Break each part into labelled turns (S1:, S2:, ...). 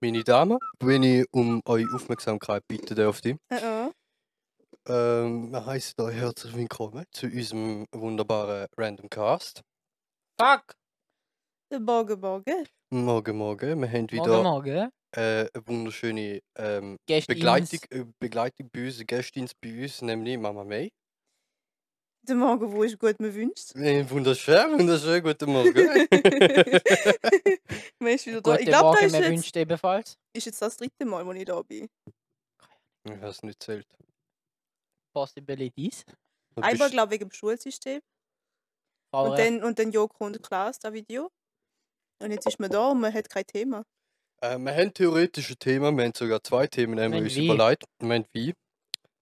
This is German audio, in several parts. S1: Meine Damen, wenn ich um eure Aufmerksamkeit bitten darf,
S2: Äh, äh.
S1: ähm, wir heißen euch herzlich willkommen zu unserem wunderbaren Random Cast.
S3: Fuck!
S2: Morgen, morgen.
S1: Morgen, morgen. Wir haben
S3: Morgen,
S1: wieder
S3: morgen.
S1: äh, eine wunderschöne ähm,
S3: Gäste
S1: Begleitung,
S3: ins-
S1: äh, Begleitung bei uns, Gästin bei uns, nämlich Mama May.
S2: Der Morgen, wo ich gut mir wünscht.
S1: Äh, Wunderschön, wunderschön, guten Morgen.
S2: Man ist wieder da.
S3: Guten
S2: Ich glaube,
S3: Morgen,
S2: das ist
S3: wir
S2: jetzt,
S3: wünschen ebenfalls.
S2: ist jetzt das dritte Mal, wo ich da bin.
S1: ich habe es nicht zählt.
S3: Possibilities.
S1: Du
S3: Also
S2: Einmal,
S1: bist-
S2: glaube ich, wegen dem Schulsystem.
S3: Frau
S2: Und dann, und dann Joko und Klaas, das Video. Und jetzt ist man da und man hat kein Thema.
S1: Äh, wir haben theoretisch ein Thema, wir haben sogar zwei Themen, haben wir
S3: haben
S1: uns
S3: Wein.
S1: überlegt. Wir Ähm, haben wie.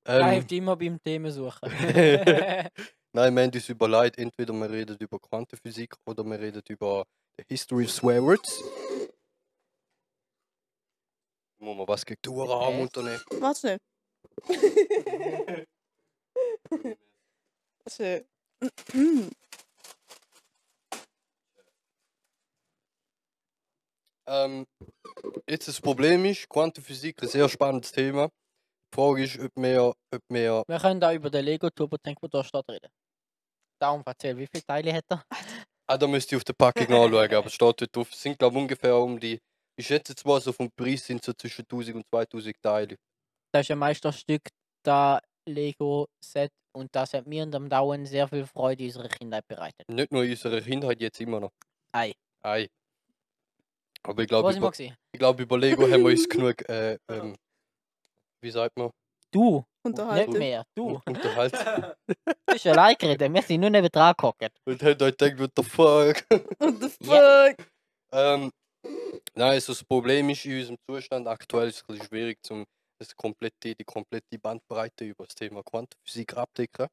S3: bleibt immer beim Thema suchen.
S1: Nein, wir haben uns überlegt, entweder wir reden über Quantenphysik oder wir reden über the History of Swear Words. Muss man was gegen die Uhrenarm
S3: Okay.
S1: unternehmen?
S2: Warte schnell. Schön.
S1: Ähm, jetzt das Problem ist, Quantenphysik ist ein sehr spannendes Thema. Die Frage ist, ob wir, ob wir
S3: wir können da über den Lego Turbo Tank Motorstart reden. Darum erzähl, wie viele Teile hat er?
S1: Ah, da müsst ihr auf der Packung anschauen, aber steht dort drauf. Es sind, glaube ich, ungefähr um die. Ich schätze jetzt mal so vom Preis sind so zwischen 1000 und 2000 Teile.
S3: Das ist ein Meisterstück, da Lego Set. Und das hat mir und dem Dauern sehr viel Freude unserer Kindheit bereitet.
S1: Nicht nur in unserer Kindheit, jetzt immer noch.
S3: Ei.
S1: Ei. Aber ich
S3: Wo
S1: glaube,
S3: sind wir?
S1: über,
S3: gewesen?
S1: ich glaube, über Lego haben wir uns genug. Äh, ähm, wie sagt man?
S3: Du, nicht
S2: Unterhalten.
S3: mehr, du.
S1: Unterhalten.
S3: Du bist allein geredet, wir sind nur neben dran gehockt.
S1: Und haben euch gedacht, what the fuck.
S2: What the fuck?
S1: Ähm, nein, also das Problem ist in unserem Zustand aktuell ist es ein bisschen schwierig, zum das komplette, die komplette Bandbreite über das Thema Quantenphysik abdecken.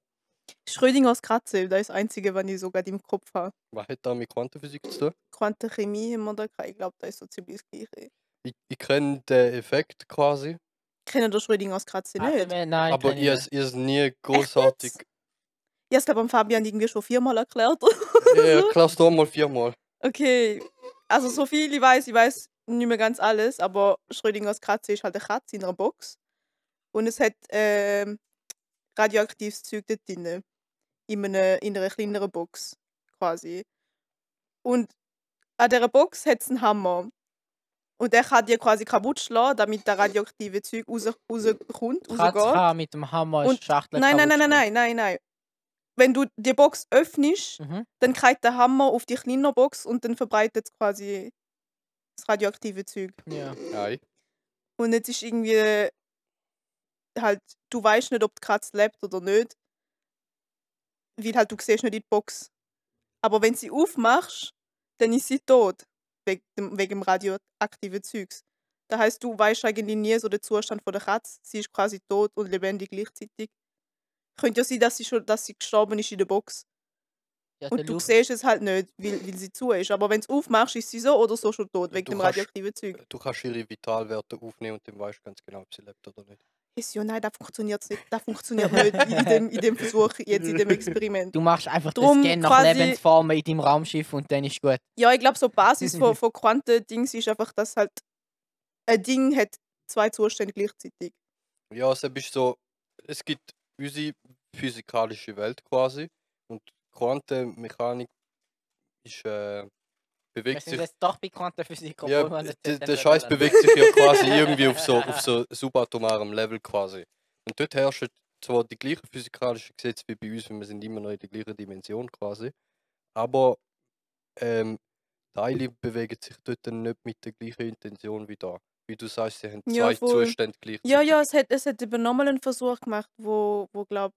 S2: Schrödingers Kratze, das ist das Einzige, was ich sogar im Kopf habe.
S1: Was hat da mit Quantenphysik zu tun?
S2: Quantenchemie haben wir da gehabt. Ich glaube, das ist so ziemlich das Gleiche.
S1: Ich, ich kenne den Effekt quasi,
S2: Kennen der Schrödingers Kratze
S3: Ach,
S2: nicht?
S3: nein, nein,
S1: aber
S3: kenn ich
S1: ihr
S3: nicht.
S1: ist nie großartig.
S2: Ja, ich glaube, am Fabian irgendwie schon viermal erklärt.
S1: Ja, klaus doch mal viermal.
S2: okay. Also, so viel ich weiß, ich weiß nicht mehr ganz alles, aber Schrödingers Katze ist halt eine Katze in einer Box. Und es hat ähm, radioaktives Zeug dort drin. In einer, in einer kleineren Box, quasi. Und an dieser Box hat es einen Hammer. Und der kann die quasi kaputt schlagen, damit der radioaktive Zeug raus, rauskommt, rausgeht.
S3: Katze mit dem Hammer
S2: Und-
S3: Schachtel.
S2: Nein, nein, nein, nein,
S3: kaputt
S2: nein, nein, nein. Wenn du die Box öffnest,
S3: gemacht. Mhm.
S2: dann kriegt der Hammer auf die kleinere Box und dann verbreitet es quasi das radioaktive Zeug.
S3: Ja.
S1: Nein.
S2: Und jetzt ist irgendwie äh, halt, du weißt nicht, ob die Katze lebt oder nicht. Weil halt du siehst nicht in die Box. Aber wenn sie aufmachst, dann ist sie tot. Wegen dem, wegen dem radioaktiven Zeugs. Das heißt, du weißt eigentlich nie so den Zustand von der Katze. Sie ist quasi tot und lebendig gleichzeitig. Könnte ja sein, dass sie, schon, dass sie gestorben ist in der Box.
S3: Ja, der
S2: Und du
S3: Luft-
S2: siehst es halt nicht, weil, weil sie zu ist. Aber wenn du es aufmachst, ist sie so oder so schon tot,
S1: Du
S2: wegen dem
S1: kannst-
S2: radioaktiven Zeug.
S1: Du kannst ihre Vitalwerte aufnehmen und dann weißt du ganz genau, ob sie lebt oder nicht.
S2: Ist ja, nein, das funktioniert nicht. Das funktioniert nicht in dem, in dem Versuch, jetzt in dem Experiment.
S3: Du machst einfach
S2: Drum
S3: das Scan nach
S2: quasi-
S3: Lebensformen in deinem Raumschiff und dann ist gut.
S2: Ja, ich glaube, so die Basis von, von Quanten-Dings ist einfach, dass halt ein Ding hat zwei Zustände gleichzeitig.
S1: Ja, also bist so, es gibt unsere physikalische Welt quasi und Quantenmechanik ist, äh,
S3: Wir
S1: bewegt
S3: sind
S1: sich.
S3: jetzt doch bei Quantenphysik.
S1: Ja,
S3: obwohl wir nicht
S1: der,
S3: dort
S1: der
S3: sind.
S1: Scheiß bewegt sich ja quasi irgendwie auf so, auf so subatomarem Level quasi. Und dort herrschen zwar die gleichen physikalischen Gesetze wie bei uns, weil wir sind immer noch in der gleichen Dimension quasi, aber ähm, Teile bewegen sich dort dann nicht mit der gleichen Intention wie da. Wie du sagst, sie haben
S2: Ja,
S1: zwei
S2: voll.
S1: Zustände gleichzeitig.
S2: Ja, ja, es hat, es hat eben nochmal einen Versuch gemacht, wo, wo glaube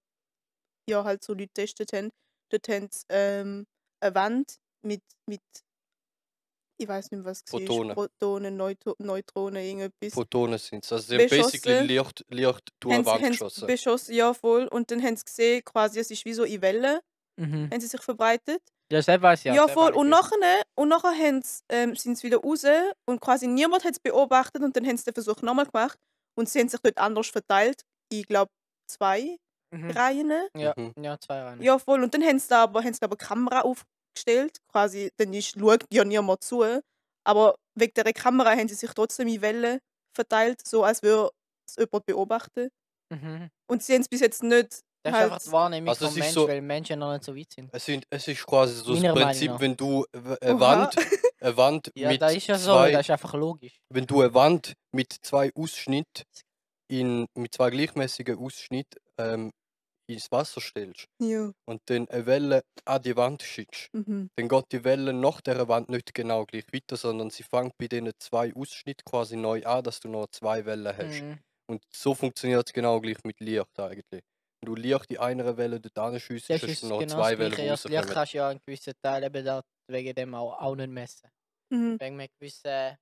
S2: ja, halt so Leute testet haben. Dort haben sie ähm, eine Wand mit, mit ich weiß nicht, mehr, was es war.
S1: Protonen.
S2: Protonen, Neutro Neutronen, irgendetwas.
S1: Photonen sind es. Also sie haben
S2: Beschossen.
S1: basically Licht, Licht durch
S2: Haben
S1: eine Wand
S2: sie- haben sie
S1: geschossen.
S2: Beschossen, ja, voll. Und dann haben sie gesehen, quasi, es ist wie so in Wellen,
S3: Mhm.
S2: haben sie sich verbreitet.
S3: Ja, das weiß ich.
S2: Ja, voll. Und nachher, und nachher haben sie, ähm, sind sie wieder raus und quasi niemand hat es beobachtet und dann haben sie den Versuch nochmal gemacht und sie haben sich dort anders verteilt. Ich glaube, zwei
S3: Mhm.
S2: Reihen.
S3: Ja,
S1: Mhm.
S3: ja, zwei Reihen.
S2: Ja, voll. Und dann haben sie da aber, haben sie da aber Kamera aufgestellt. Quasi, dann ist, schaut ja niemand zu. Aber wegen dieser Kamera haben sie sich trotzdem in Wellen verteilt, so als würde es jemand beobachten.
S3: Mhm.
S2: Und sie haben es bis jetzt nicht.
S3: Das
S2: Halt-
S3: ist einfach die Wahrnehmung
S1: Also es
S3: vom
S1: ist
S3: Mensch,
S1: so-
S3: weil Menschen noch nicht so weit sind.
S1: Es, sind, es ist quasi so
S3: Meiner
S1: das
S3: Meinung
S1: Prinzip,
S3: nach.
S1: wenn du eine
S2: Oha.
S1: Wand, eine Wand
S3: Ja,
S1: mit
S3: das ist ja so,
S1: zwei,
S3: das ist einfach logisch.
S1: wenn du eine Wand mit zwei Ausschnitt in mit zwei gleichmäßigen Ausschnitt ähm, ins Wasser stellst
S2: Ja.
S1: und dann eine Welle an die Wand schickst,
S2: Mhm.
S1: dann geht die Welle nach der Wand nicht genau gleich weiter, sondern sie fängt bei diesen zwei Ausschnitt quasi neu an, dass du noch zwei Wellen hast.
S3: Mhm.
S1: Und so funktioniert es genau gleich mit Licht eigentlich. Wenn du Licht in einer Welle dort anschießt,
S3: Das
S1: hast
S3: ist
S1: du noch
S3: genau
S1: zwei
S3: das Gleiche.
S1: Wellen
S3: Erst Licht
S1: rauskommen.
S3: kannst du ja einen gewissen Teil eben da wegen dem auch, auch nicht messen.
S2: Mhm.
S3: Wegen einem gewissen... äh,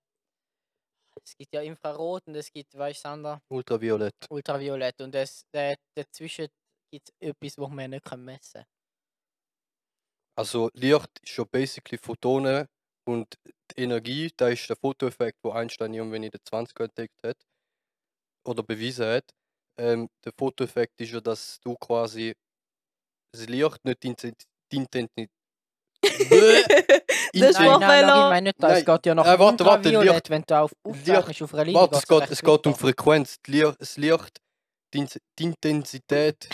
S3: Es gibt ja Infrarot und es gibt, weißt du, Sander,
S1: Ultraviolett.
S3: Ultraviolett. Und das, der, dazwischen gibt es etwas, was man nicht kann messen
S1: Also Licht ist ja basically Photonen und die Energie, da ist der Fotoeffekt, wo Einstein irgendwann in den 20 entdeckt hat oder bewiesen hat. Ähm, der Fotoeffekt ist ja, dass du quasi das Licht nicht inten- inten-
S2: Äh. Das
S1: inten-
S2: war-
S3: nein, nein, nein,
S2: Rockefeller.
S3: ich meine nicht, das
S1: Nein.
S3: es geht ja nach
S1: Nein, warte, warte, Licht.
S3: Ultraviolett, wenn du auf aufzeichnest, auf einer Linie.
S1: Warte, es
S3: geht's
S1: geht,
S3: recht
S1: es geht um
S3: weiter.
S1: Frequenz. Die Licht- Das Licht, die Ins- die Intensität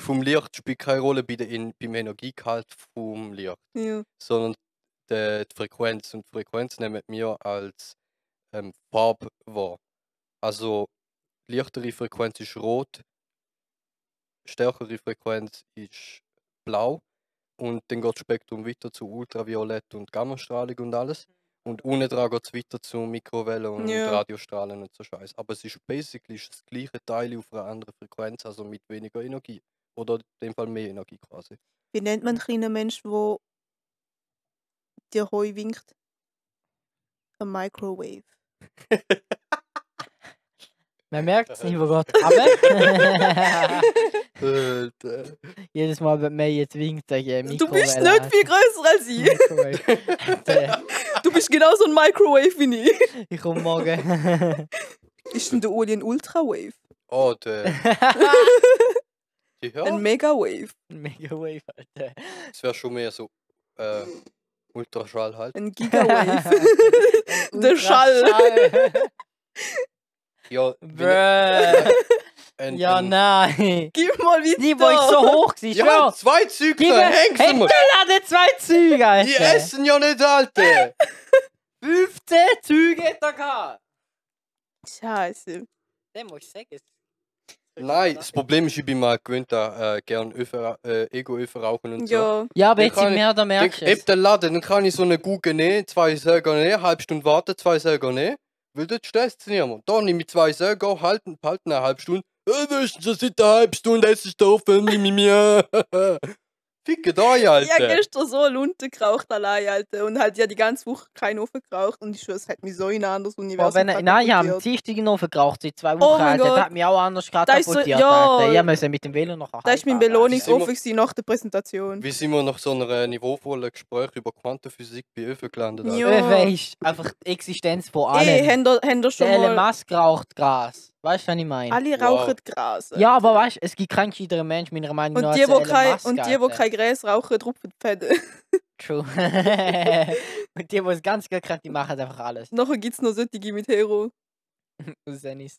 S1: vom Licht spielt keine Rolle bei der, in, beim Energiegehalt vom Licht,
S2: ja.
S1: sondern der- die Frequenz. Und die Frequenz nehmen wir als ähm, Farbe wahr. Also leichtere Frequenz ist rot, stärkere Frequenz ist blau und dann geht das Spektrum weiter zu Ultraviolett und Gammastrahlung und alles. Und unten dran geht es weiter zu Mikrowellen und
S2: Ja.
S1: Radiostrahlen und so Scheiß. Aber es ist basically ist das gleiche Teil auf einer anderen Frequenz, also mit weniger Energie. Oder in dem Fall mehr Energie quasi.
S2: Wie nennt man einen kleinen Mensch, der dir Heu winkt? Eine Microwave.
S3: Man merkt es nicht, wo Gott. Aber
S1: Alter.
S3: jedes Mal, wenn man jetzt winkt, sage ich äh,
S2: du bist
S3: Mikrowelle.
S2: nicht viel größer als ich.
S3: Mikrowelle.
S2: Du bist genauso ein Microwave wie ich.
S3: ich komme morgen.
S2: Ist denn der Uli ein Ultrawave?
S1: Oh, der. Die
S2: Ein
S1: hören.
S2: Megawave?
S3: Megawave, Alter.
S1: Das wäre schon mehr so äh, Ultraschall halt.
S2: Ein Gigawave? der Schall.
S3: Schall.
S1: Ja, wenn-
S3: Bruh.
S1: ein-
S3: Ja,
S1: ein-
S3: nein.
S2: Gib mal wieder.
S3: Die, wo ich so hoch war,
S1: Ja,
S3: schau.
S1: zwei Zyklen,
S3: Gib mir-
S1: hängst
S3: Hey,
S1: du mal.
S3: Alle zwei Züge, Alter.
S1: Die essen ja nicht, Alter.
S3: 15 Züge hat er gehabt.
S2: Scheiße.
S3: Dem muss ich sagen. es-
S1: Nein, das Problem ist, ich bin mal gewöhnt, da, äh, gern Öfer, äh, Ego-Öfer rauchen und so.
S2: Ja.
S3: Ja, aber
S1: Den
S3: jetzt
S1: kann
S3: sind
S1: ich-
S3: mehr, da
S1: Dann
S3: merkst du
S1: eben
S3: es.
S1: den Laden, dann kann ich so eine Gurke nehmen, zwei Säger nehmen, halbe Stunde warten, zwei Säger nehmen, weil dort stresst es niemand. Da nehme ich zwei Säger, halten, halten eine halbe Stunde. Äh, das ist schon seit einer halben Stunde, es ist der Ofen, mi, mi, mi. Ficke da,
S2: Ich habe
S1: Alter.
S2: gestern so eine Lunte geraucht allein, Alter. Und halt ja die ganze Woche keinen Ofen geraucht. Und ich schwöre, es hat mich so in ein anderes
S3: Boah,
S2: Universum
S3: wenn, nein, ich habe am
S2: katapultiert.
S3: Dienstag noch verkauft, seit zwei Wochen.
S2: Oh mein
S3: Alter.
S2: Gott.
S3: Das hat mich auch anders
S2: Das ist so-
S3: katapultiert.
S2: ja.
S3: Alter. Ich musste mit dem Velo noch
S2: Das ist mein
S1: Das ist immer-
S2: Belohnungsofen gewesen nach der Präsentation.
S1: Wie sind wir nach so einem niveauvollen Gespräch über Quantenphysik bei Öfen gelandet? Alter?
S2: Ja.
S3: Öwe ist Äh, einfach die Existenz von
S2: Ey,
S3: allen.
S2: habt ihr- habt ihr Eh, schon
S3: Der
S2: mal...
S3: Elon Musk raucht Gras. Weißt du, was ich meine?
S1: Wow.
S2: Alle rauchen Gras.
S3: Ja, aber weißt du, es gibt keinen gescheiteren Mensch, meiner Meinung
S2: Und
S3: nach.
S2: die,
S3: als
S2: wo
S3: Elon
S2: kein,
S3: Musk,
S2: und die, wo
S3: Alter.
S2: kein Gräs rauchen, rupfen die Fäden.
S3: True. und die, wo es ganz gut können, die machen einfach alles.
S2: Nachher gibt es noch solche mit Hero.
S3: Und dann ist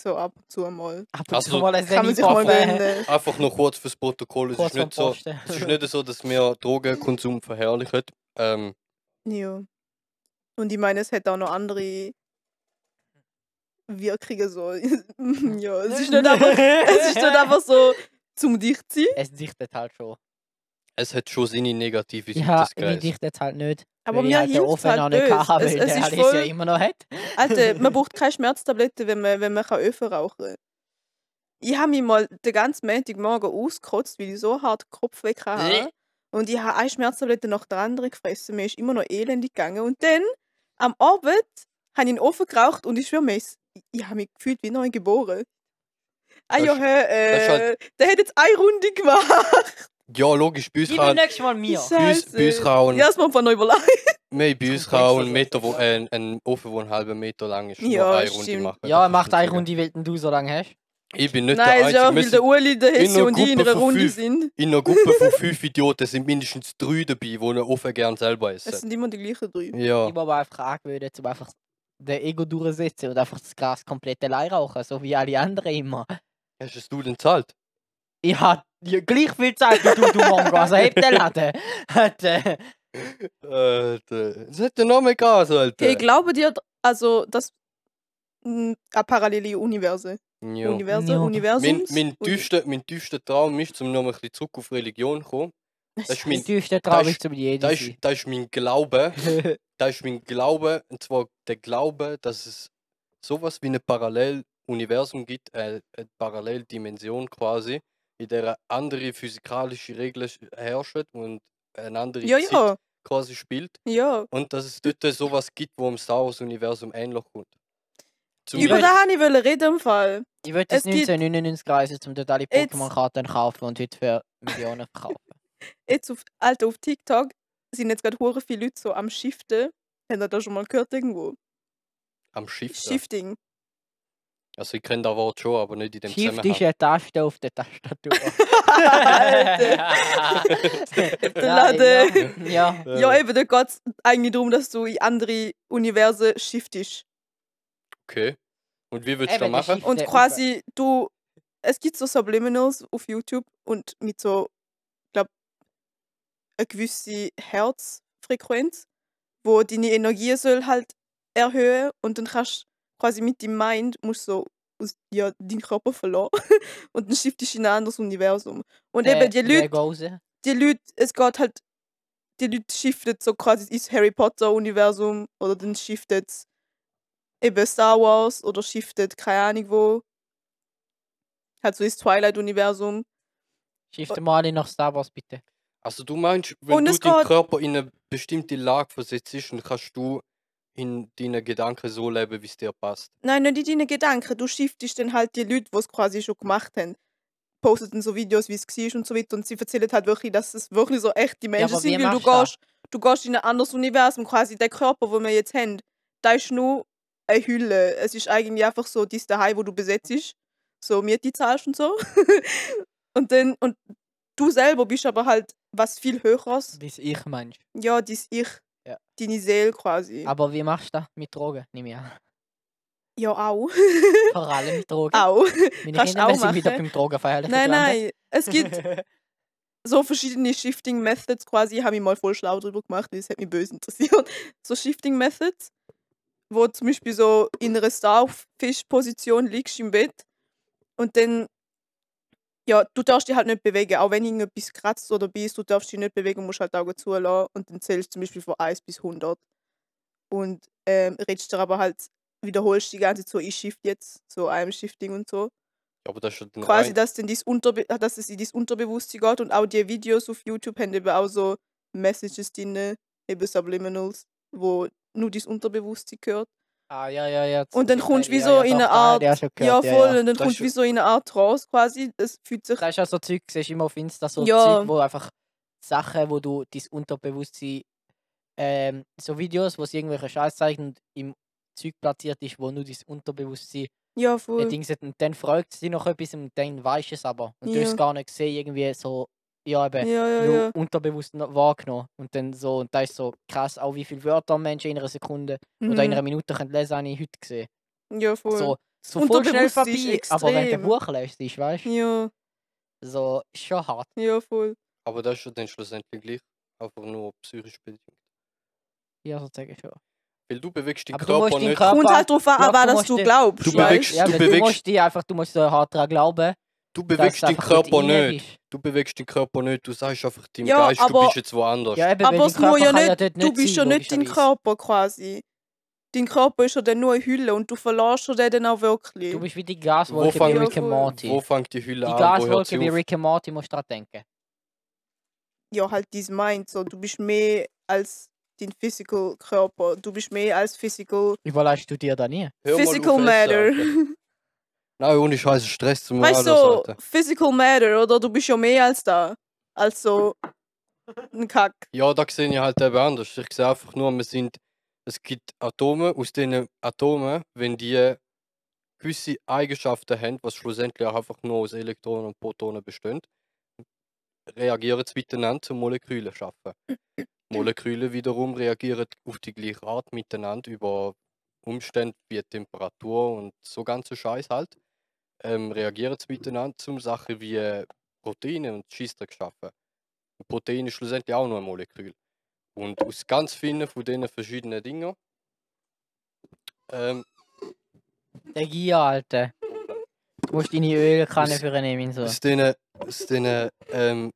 S2: So ab und zu mal.
S3: ab und
S1: Also,
S3: zu mal ein
S2: Kann man sich mal ne? gönnen.
S1: Einfach noch kurz fürs Protokoll. Es
S3: Kurz
S1: ist,
S3: vom
S1: nicht so,
S3: Posten.
S1: es ist nicht so, dass wir Drogenkonsum verherrlichen. Ähm,
S2: Ja. Und ich meine, es hat auch noch andere Wirkungen. So. ja, es ist, nicht einfach, es ist nicht einfach so zum dicht zu sein.
S3: Es dichtet halt schon.
S1: es hat schon seine negative Seite.
S3: Ja,
S1: das
S3: wie
S1: Gras.
S3: dichtet halt nicht.
S2: Aber
S3: weil ich
S2: mir
S3: halt den
S2: hilft es
S3: Ofen noch
S2: halt
S3: nicht
S2: böse.
S3: gehabt habe,
S2: Es,
S3: weil
S2: es
S3: der
S2: ist
S3: Alice ja
S2: voll,
S3: immer noch hat.
S2: Alter, man braucht keine Schmerztablette, wenn man, wenn man kann Öfen rauchen Ich habe mich mal den ganzen Montagmorgen ausgekotzt, weil ich so hart Kopf weg
S1: Äh.
S2: hatte. Und ich habe eine Schmerztablette nach der anderen gefressen. Mir ist immer noch elendig gegangen. Und dann, am Abend, habe ich in den Ofen geraucht und ich schwöre mir, es- ich habe mich gefühlt wie neu geboren. Ah
S1: Das
S2: ja,
S1: ist-
S2: hä,
S1: das ist
S2: äh,
S1: halt-
S2: der hat jetzt eine Runde gemacht.
S1: ja, logisch, bei uns
S3: Gib mir
S1: kann,
S3: nächstes Mal mir.
S2: Scheiße.
S1: bei uns, bei uns kann auch ein,
S2: Ja, das muss man noch überlegen.
S1: wir bei uns kann auch ein, Meter, wo, äh, ein, ein Ofen, der einen halben Meter lang ist,
S2: Ja,
S1: nur eine
S2: stimmt.
S1: Runde machen.
S3: Ja,
S1: Das
S3: er
S1: ist
S3: macht um
S1: nicht
S3: eine
S1: so
S3: Runde, weil denn du so lange hast.
S1: Ich bin nicht
S2: Nein, es ist
S1: der
S2: einfach,
S1: Einzige. Wir
S2: weil der Ueli, der
S1: in
S2: Hesse
S1: einer
S2: und ich in
S1: Gruppe
S2: einer
S1: von
S2: Runde
S1: fünf.
S2: sind.
S1: sind in einer Gruppe von fünf Idioten sind mindestens drei dabei, die ihn offen gern selber
S2: Es
S1: essen.
S2: sind immer die gleichen drei.
S1: Ja.
S3: Ich war aber einfach angewöhnt, zum einfach der Ego durchsetzen und einfach das Gras komplett allein rauchen, so wie alle anderen immer.
S1: Hast es du denn zahlt?
S3: Ich hatte ja gleich viel Zeit wie du, du Mongo, also heb den Laden. Hat, äh,
S1: Alter. Das hat der Name Gas, Alter.
S2: Ich glaube dir, also, das. m, Eine parallele Universe.
S1: ja.
S2: Universe,
S3: Ja.
S1: Mein,
S2: Universums.
S1: mein,
S2: Uni-
S1: tiefster, mein tiefster Traum ist, um noch ein bisschen zurück auf Religion zu kommen. Das ist mein,
S3: die düster
S1: da
S3: traurig
S1: ist-
S3: zum jeden.
S1: das ist, das ist mein Glaube. Das ist mein Glaube. Und zwar der Glaube, dass es sowas wie ein Paralleluniversum gibt, äh, eine Paralleldimension quasi, in der andere physikalische Regeln sch- herrschen und eine andere
S2: Ja, ja,
S1: Zeit quasi spielt.
S2: ja.
S1: Und dass es dort sowas gibt, wo im Star Wars-Universum ähnlich kommt. Zum
S2: Über
S1: Beispiel-
S2: das wollte ich wollen reden im Fall.
S3: Ich würde jetzt
S2: es gibt-
S3: 1999 reisen, um dort alle
S2: Jetzt-
S3: Pokémon-Karten kaufen und heute für Millionen verkaufen.
S2: Jetzt auf, Alter, auf TikTok sind jetzt gerade hure viele Leute so am Shiften. Habt ihr das schon mal gehört irgendwo?
S1: Am Schiff. ja.
S2: Shifting.
S1: Also ich kenne das Wort schon, aber nicht in dem
S3: Shift ist
S1: Zusammenhang.
S3: eine Taste auf der Tastatur.
S2: Alter.
S3: Ja,
S2: Lade.
S3: ja, Ja.
S1: Äh,
S2: Ja, eben, da geht es eigentlich darum, dass du in andere Universen shiftest.
S1: Okay. Und wie würdest du das
S3: Eben, der
S1: machen?
S3: Schiff-
S2: Und
S3: Der-
S2: quasi, du. Es gibt so Subliminals auf YouTube und mit so, ich glaube, eine gewisse Herzfrequenz, wo deine Energie soll halt erhöhen und dann kannst du quasi mit dem Mind musst so aus, ja, deinen Körper verlassen und dann shiftest du in ein anderes Universum. Und eben die
S3: Der-
S2: Leute,
S3: der Gose.
S2: die Leute, es geht halt, die Leute shiftet so quasi ins Harry Potter Universum oder dann shiftet eben Star Wars oder shiftet keine Ahnung wo. Halt so ins Twilight Universum.
S3: Shift mal alle nach Star Wars, bitte.
S1: Also du meinst, wenn
S2: Und
S1: du
S2: es
S1: deinen
S2: geht-
S1: Körper in eine bestimmte Lage versetzt, dann kannst du in deinen Gedanken so leben, wie es dir passt.
S2: Nein, nicht in deinen Gedanken. Du shiftest dann halt die Leute, die es quasi schon gemacht haben. Postet dann so Videos, wie es war und so weiter. Und sie erzählen halt wirklich, dass es wirklich so echte Menschen
S3: aber
S2: sind,
S3: wie
S2: weil du
S3: machst du das?
S2: gehst, du gehst in ein anderes Universum. Quasi der Körper, den wir jetzt haben, da ist nur eine Hülle. Es ist eigentlich einfach so dein Daheim, wo du besetzt. So Miete zahlst und so. und dann, und du selber bist aber halt was viel Höheres.
S3: Wie es ich meinst.
S2: Ja, dein Ich,
S3: Ja.
S2: deine Seele quasi.
S3: Aber wie machst du das? Mit Drogen, nimm ich an.
S2: ja, auch.
S3: Vor allem mit Drogen.
S2: auch.
S3: Meine
S2: kannst
S3: Kinder
S2: auch
S3: wir sind wieder
S2: machen.
S3: beim Drogenverherrlichen
S2: Nein,
S3: gelandet.
S2: nein. Es gibt so verschiedene Shifting Methods quasi, habe ich mal voll schlau drüber gemacht, weil es hat mich böse interessiert. So Shifting Methods, wo zum Beispiel so in einer Starfish-Position liegst im Bett und dann, ja, du darfst dich halt nicht bewegen, auch wenn irgendetwas kratzt oder bist, du darfst dich nicht bewegen, musst halt die Augen zulassen und dann zählst du zum Beispiel von 1 bis 100 und ähm, redest dir aber halt, wiederholst die ganze Zeit so, ich shift jetzt, so einem Shifting und so
S1: Aber das ist ja dann
S2: quasi,
S1: rein.
S2: dass, denn dies Unterbe ah, dass es in dein Unterbewusstsein geht und auch die Videos auf YouTube haben eben auch so Messages drin, eben Subliminals, wo nur dein Unterbewusstsein gehört.
S3: Ah, ja, ja, ja.
S2: Und dann kommst du wie so in eine Art.
S3: Ja,
S2: Ja,
S3: schon
S2: voll,
S3: gehört, ja, ja.
S2: und dann
S1: Das
S2: kommst
S1: ist
S2: du wie so in eine Art raus quasi. Das fühlt sich.
S3: Das ist ja so Zeug, siehst du immer auf Insta, so
S2: Ja.
S3: Zeug, wo einfach Sachen, wo du dein Unterbewusstsein, ähm, so Videos, wo sie irgendwelche Scheiß zeigen und im Zeug platziert ist, wo nur dein Unterbewusstsein
S2: Ja,
S3: cool.
S2: voll.
S3: Ding sind. Und dann fragt sie noch etwas und dann weisst du es aber. Und du
S2: Ja.
S3: hast es gar nicht gesehen, irgendwie so, ja eben.
S2: Ja, ja,
S3: nur
S2: ja.
S3: unterbewusst noch wahrgenommen. Und dann so, und da ist so krass, auch wie viele Wörter Menschen in einer Sekunde oder in einer
S2: Mhm.
S3: Minute können lesen, habe ich heute gesehen.
S2: Ja, voll.
S3: So, so voll schnell
S2: Unterbewusstsein ist
S3: vorbei, aber wenn du
S2: extrem.
S3: Buch lässt, weißt du,
S2: Ja,
S3: so ist schon hart.
S2: ja, voll.
S1: Aber das ist ja dann schlussendlich gleich. Einfach nur psychisch bedingt.
S3: Ja, sozusagen schon.
S1: Weil du bewegst den
S3: Aber du musst
S1: Körper
S3: deinen
S1: nicht.
S3: Körper-
S2: Kommt halt drauf an,
S3: Ja,
S2: an was
S3: du
S2: das
S3: musst
S2: du
S3: den-
S2: glaubst.
S1: Du
S2: weißt?
S1: bewegst-
S3: ja,
S1: du
S3: weil du
S1: bewegst-
S3: musst dich einfach, du musst so hart daran glauben.
S1: Du
S3: dass
S1: bewegst
S3: es
S1: den
S3: einfach dort
S1: Körper
S3: in dir
S1: nicht.
S3: ist.
S1: Du bewegst den Körper nicht. Du sagst einfach deinem
S2: Ja,
S1: Geist, du
S2: aber-
S1: bist jetzt woanders.
S3: Ja, eben, weil
S2: Aber
S3: dein
S2: es muss ja
S3: Körper kann
S2: nicht,
S3: dort
S2: du bist
S3: sein,
S2: ja nicht dein
S3: logischerweise.
S2: Körper quasi. Dein Körper ist ja dann nur eine Hülle und du verlässt ja den dann auch wirklich.
S3: Du bist wie die Gaswolke
S1: Wo
S3: bei
S1: fang-
S3: Rick and
S2: Ja, voll.
S3: Morty.
S1: Wo fängt die
S3: die
S1: Hülle an? Wo hört sie
S3: Gaswolke bei
S1: auf?
S3: Rick and Morty musst du dran denken.
S2: ja, halt dein Mind, so. du bist mehr als dein physical Körper. Du bist mehr als physical,
S3: Überleist du dir da nie?
S1: Hör mal
S2: physical
S1: auf,
S2: matter.
S1: Alter. Nein, ohne Scheiße, Stress zum
S2: Weißt du,
S1: alles,
S2: so,
S1: Alter.
S2: physical matter, oder? Du bist ja mehr als da. Als so ein Kack.
S1: Ja, da sehe ich halt eben anders. Ich sehe einfach nur, wir sind, es gibt Atome, aus denen Atome, wenn die gewisse Eigenschaften haben, was schlussendlich auch einfach nur aus Elektronen und Protonen besteht, reagieren sie miteinander zu Molekülen schaffen. Moleküle wiederum reagieren auf die gleiche Art miteinander über Umstände wie Temperatur und so ganze Scheiß halt. Ähm, reagieren sie miteinander zum Sachen wie äh, Proteine und Schießdreck schaffen. Und Protein ist schlussendlich auch nur ein Molekül. Und aus ganz vielen von diesen verschiedenen Dingen ähm,
S3: Der Gier, Alter. Du musst deine Ölkanne für ihn nehmen, so.
S1: Aus diesen, aus diesen ähm,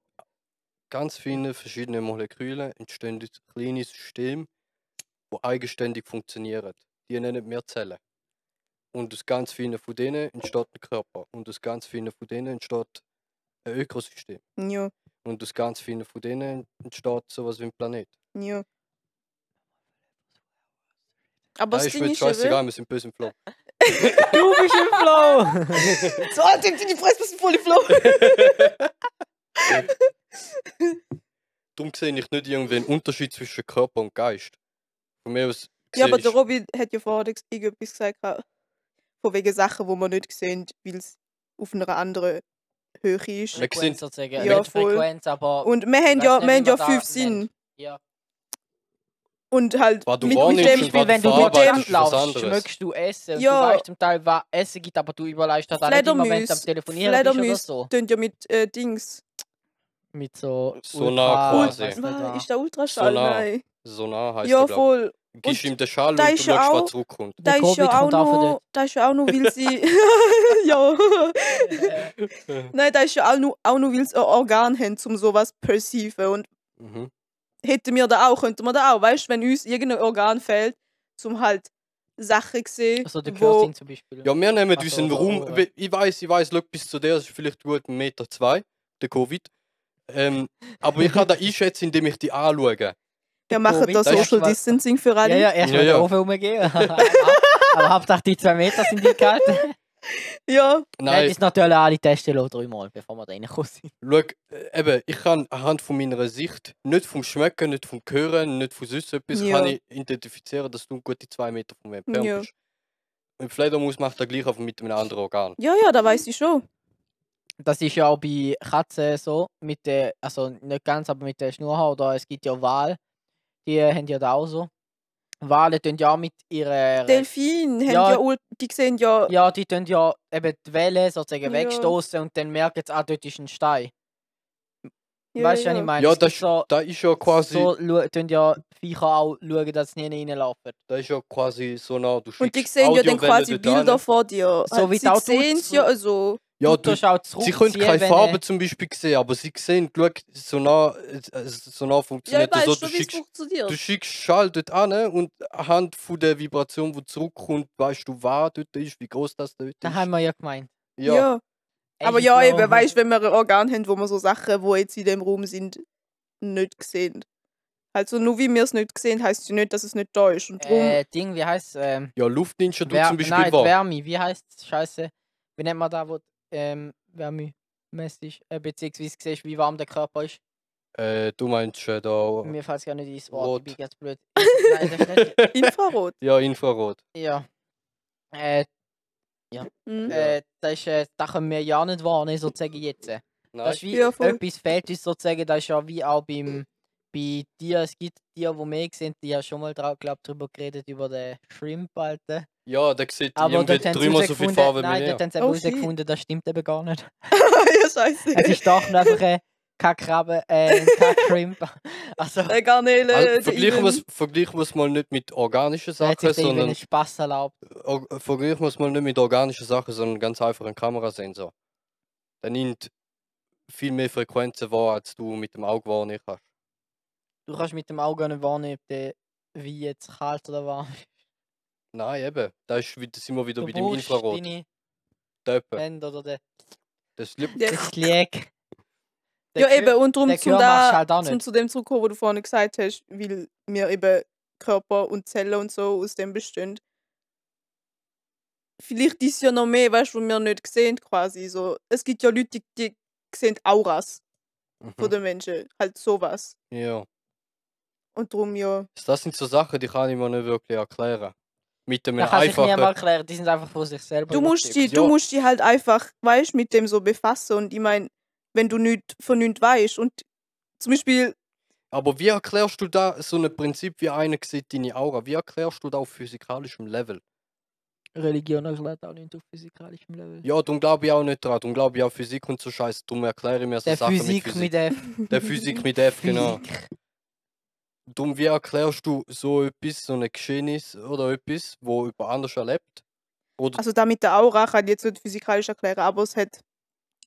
S1: ganz vielen verschiedenen Molekülen entstehen jetzt kleine Systeme, die eigenständig funktionieren. Die nennen wir Zellen. Und aus ganz vielen von denen entsteht ein Körper. Und aus ganz vielen von denen entsteht ein Ökosystem.
S2: Ja,
S1: Und aus ganz vielen von denen entsteht sowas wie ein Planet.
S2: ja. Aber
S1: das
S2: das
S1: ist
S2: Ding
S1: mir jetzt
S2: ist ja
S1: scheißegal,
S2: wirklich...
S1: wir sind böse im Flow.
S3: Du bist im Flow!
S2: So, halt in die Fresse, bist du voll im Flow.
S1: Darum sehe ich nicht irgendwie einen Unterschied zwischen Körper und Geist. Von mir aus
S2: Ja, aber
S1: siehst-
S2: der Robin hat ja vorher ex- irgendetwas gesagt, gehabt, von wegen Sachen, die man nicht sehen, weil es auf einer anderen Höhe ist.
S1: Wir sehen-
S3: Frequenz sozusagen.
S2: Ja,
S3: Nicht
S2: voll.
S3: Frequenz, aber.
S2: Und wir haben
S3: weiss
S2: ja, wir
S3: nicht, wie
S2: haben ja
S3: man
S2: fünf
S3: das
S2: Sinn.
S3: nennt. Ja.
S2: Und halt
S1: Was du
S2: mit, mit
S1: wahrnimmst
S2: dem
S1: und
S3: Beispiel, wenn du mit
S1: verarbeitest,
S3: dem
S1: ist was
S3: laufst,
S1: anderes.
S3: schmeckst du Essen. Und
S2: Ja.
S3: Du weißt zum Teil, was Essen gibt, aber du überleist halt auch nicht immer, wenn du am
S2: Fledermäuse.
S3: Telefonieren bist oder
S2: Fledermäuse
S3: so.
S2: tönt ja mit äh, Dings.
S3: Mit so.
S1: So nah
S3: Ultra-
S1: quasi.
S3: weiss nicht,
S2: Was?
S3: was.
S2: Ist der Ultraschall?
S1: Sonar
S2: Nein.
S1: Sonar heißt
S2: Ja,
S1: der, glaub
S2: voll.
S1: ich. Gibst
S2: und
S1: ihm den Schall und
S2: da
S1: du schaust,
S2: ist ja
S1: was
S2: auch-
S1: zurückkommt.
S2: Da ist,
S3: Covid
S2: ja auch
S3: kommt auch von
S2: noch,
S3: dort.
S2: da ist ja auch noch, weil sie. ja. Nein, da ist ja auch noch, auch noch weil sie ein Organ haben, um sowas zu perceiven. Und
S1: Mhm.
S2: hätten wir da auch, könnten wir da auch. Weißt du, wenn uns irgendein Organ fehlt, zum halt Sachen zu sehen.
S3: Also der
S2: wo-
S3: Cursing zum Beispiel.
S1: Ja, wir nehmen
S3: Ach so,
S1: unseren
S3: so,
S1: Raum.
S3: oh,
S1: we- Ich weiß, ich weiß, bis zu der ist vielleicht gut 1,2 Meter, zwei, der Covid. Ähm, aber ich kann das einschätzen, indem ich die anschaue.
S2: Wir machen
S3: Covid,
S2: da
S1: das ist
S2: Social
S3: was-
S2: Distancing für alle.
S3: Ja, ja, erst
S1: Ja,
S3: mal
S1: ja.
S3: den Ofen rumgehen. aber Hauptsache die zwei Meter sind die gehalten.
S2: Ja,
S3: Nein.
S1: Nein,
S3: Das natürlich alle testen lassen, dreimal, bevor wir da reingekommen sind.
S1: schau, äh, eben, ich kann anhand von meiner Sicht, nicht vom Schmecken, nicht vom Hören, nicht von sonst etwas,
S2: Ja.
S1: kann ich identifizieren, dass du gute 2 Meter von mir entfernt
S2: Ja.
S1: bist. Ein Fledermaus macht das gleich, aber mit einem anderen Organ.
S2: ja, ja, da weiß ich schon.
S3: Das ist ja auch bei Katzen so, mit der, also nicht ganz, aber mit der Schnurhaut, oder es gibt ja Wale, die äh, haben ja da auch so. Wale tun ja auch mit ihrer.
S2: Delfine
S3: Ja.
S2: haben ja, ul- die sehen ja,
S3: Ja, die tun ja eben die Wellen sozusagen
S2: Ja.
S3: wegstoßen und dann merken sie, ah, dort ist ein Stein.
S2: ja,
S3: weißt du,
S2: ja.
S3: was ich meine?
S1: Ja,
S3: Es
S1: das,
S3: gibt so,
S1: das ist ja quasi,
S3: so schau- tun ja Viecher auch schauen, dass sie nie reinlaufen.
S1: das ist ja quasi so nah, du
S2: Und die
S1: schickst
S2: sehen ja dann
S1: Audiowellen
S2: quasi
S1: dort hin.
S2: Bilder vor dir.
S3: So wie
S2: sie
S3: die Autos-
S2: sehen es ja also, so.
S1: Ja, du,
S3: tust auch
S1: Sie können
S3: zurückziehen,
S1: keine
S3: wenn,
S1: Farbe
S3: äh,
S1: zum Beispiel sehen, aber sie sehen, schau, so nah, äh, so nah
S2: Ja,
S1: funktioniert
S2: ich weiß
S1: das so.
S2: schon,
S1: Du
S2: wie es
S1: schickst, du
S2: funktioniert.
S1: schickst Schall dort an und anhand von der Vibration, die zurückkommt, weißt du, was dort ist, wie groß das dort ist.
S3: Das haben wir ja gemeint.
S2: Ja.
S1: ja. genau.
S2: Aber
S3: Agent
S2: ja,
S3: Low.
S2: eben, weißt du, wenn wir ein Organ haben, wo wir so Sachen, die jetzt in dem Raum sind, nicht sehen. Also nur wie wir es nicht sehen, heisst ja nicht, dass es nicht da ist. Und darum,
S3: Äh, Ding, wie heißt ähm,
S1: ja, Luftninja, du
S3: Wer-
S1: zum Beispiel
S3: Nein, die
S1: war.
S3: Wärme, wie heißt Scheiße? Wie nennt man da, wo ähm, Wärme messt ist? Äh, beziehungsweise siehst, wie warm der Körper ist.
S1: Äh, du meinst äh, da.
S3: Mir fällt es gar nicht ins Wort,
S1: Rot.
S3: ich bin ganz blöd. Nein, das ist nicht.
S2: Infrarot.
S1: Ja, Infrarot.
S3: Ja. Äh,
S2: Mhm.
S1: Ja.
S3: äh, das, ist, äh, das können wir ja nicht wahrnehmen, sozusagen jetzt. Das
S1: Nein.
S3: ist wie
S2: Ja, voll.
S3: etwas fehlt uns sozusagen, das ist ja wie auch beim, bei dir, es gibt Tiere, die mehr sind, die haben schon mal dra- glaub, drüber geredet, über den Shrimp, Alter.
S1: Ja, da sieht
S3: Aber
S1: irgendwie
S3: dort haben sie
S1: dreimal so viel
S3: herausgefunden,
S1: Farbe
S3: nein,
S1: wie
S3: dort
S1: er.
S3: haben sie
S2: Oh,
S3: eben
S2: shit.
S3: herausgefunden, das stimmt eben gar nicht.
S2: ja, scheiße.
S3: Es ist doch nur einfach ein Kackrabbe, äh, ein Kackrimp. Also,
S2: Äh, Garnele.
S1: Also,
S2: der
S1: vergleichen
S2: Igel.
S1: wir es- Vergleichen wir es mal nicht mit organischen
S3: da hat
S1: Sachen,
S3: sich der Event
S1: sondern.
S3: einen Spaß erlaubt.
S1: Or- äh, vergleichen wir es mal nicht mit organischen Sachen, sondern ganz einfach einen Kamerasensor. Der nimmt viel mehr Frequenzen wahr, als du mit dem Auge wahrnehmen kannst.
S3: Du kannst mit dem Auge nicht wahrnehmen, ob der wie jetzt kalt oder warm. ist.
S1: Nein, eben. Da ist wieder, sind wir wieder
S3: Du
S1: bei dem
S3: brauchst
S1: Infrarot.
S3: deine
S1: Da eben.
S3: Hände oder den,
S1: Das liebt
S2: Der-
S3: das Lieg.
S2: Ja, eben, und darum
S3: der
S2: zum,
S3: Gehör machst
S2: da,
S3: halt auch
S2: zum
S3: nicht.
S2: zu dem zurückkommen, wo du vorhin gesagt hast, weil wir eben Körper und Zellen und so aus dem bestehen. Vielleicht ist ja noch mehr, weißt du, was wir nicht sehen quasi. So. Es gibt ja Leute, die, die sehen Auras von
S1: Mhm.
S2: den Menschen. Halt sowas.
S1: Ja.
S2: Und darum ja.
S1: Das sind so Sachen, die kann ich mir nicht wirklich erklären. Mit dem
S3: Das kannst du
S1: einfachen.
S3: niemand erklären, die sind einfach von sich selber.
S2: Du musst, die,
S3: überzeugt.
S2: du
S1: Ja.
S2: musst die halt einfach, weißt mit dem so befassen. Und ich meine, wenn du nichts von nichts weißt und zum Beispiel,
S1: Aber wie erklärst du da so ein Prinzip, wie einer sieht deine Aura? Wie erklärst du das auf physikalischem Level?
S3: Religion erklärt auch nicht auf physikalischem Level.
S1: Ja, darum glaube ich auch nicht dran. Darum glaube ich auch Physik und so Scheiße. Darum erkläre ich mir so
S3: Der
S1: Sachen
S3: Physik
S1: mit Physik.
S3: mit F.
S1: Der Physik mit F, genau.
S3: Physik.
S1: Darum, wie erklärst du so etwas, so ein Geschehnis oder etwas, wo jemand anders erlebt? Oder
S2: also da mit der Aura kann ich jetzt nicht physikalisch erklären, aber es hat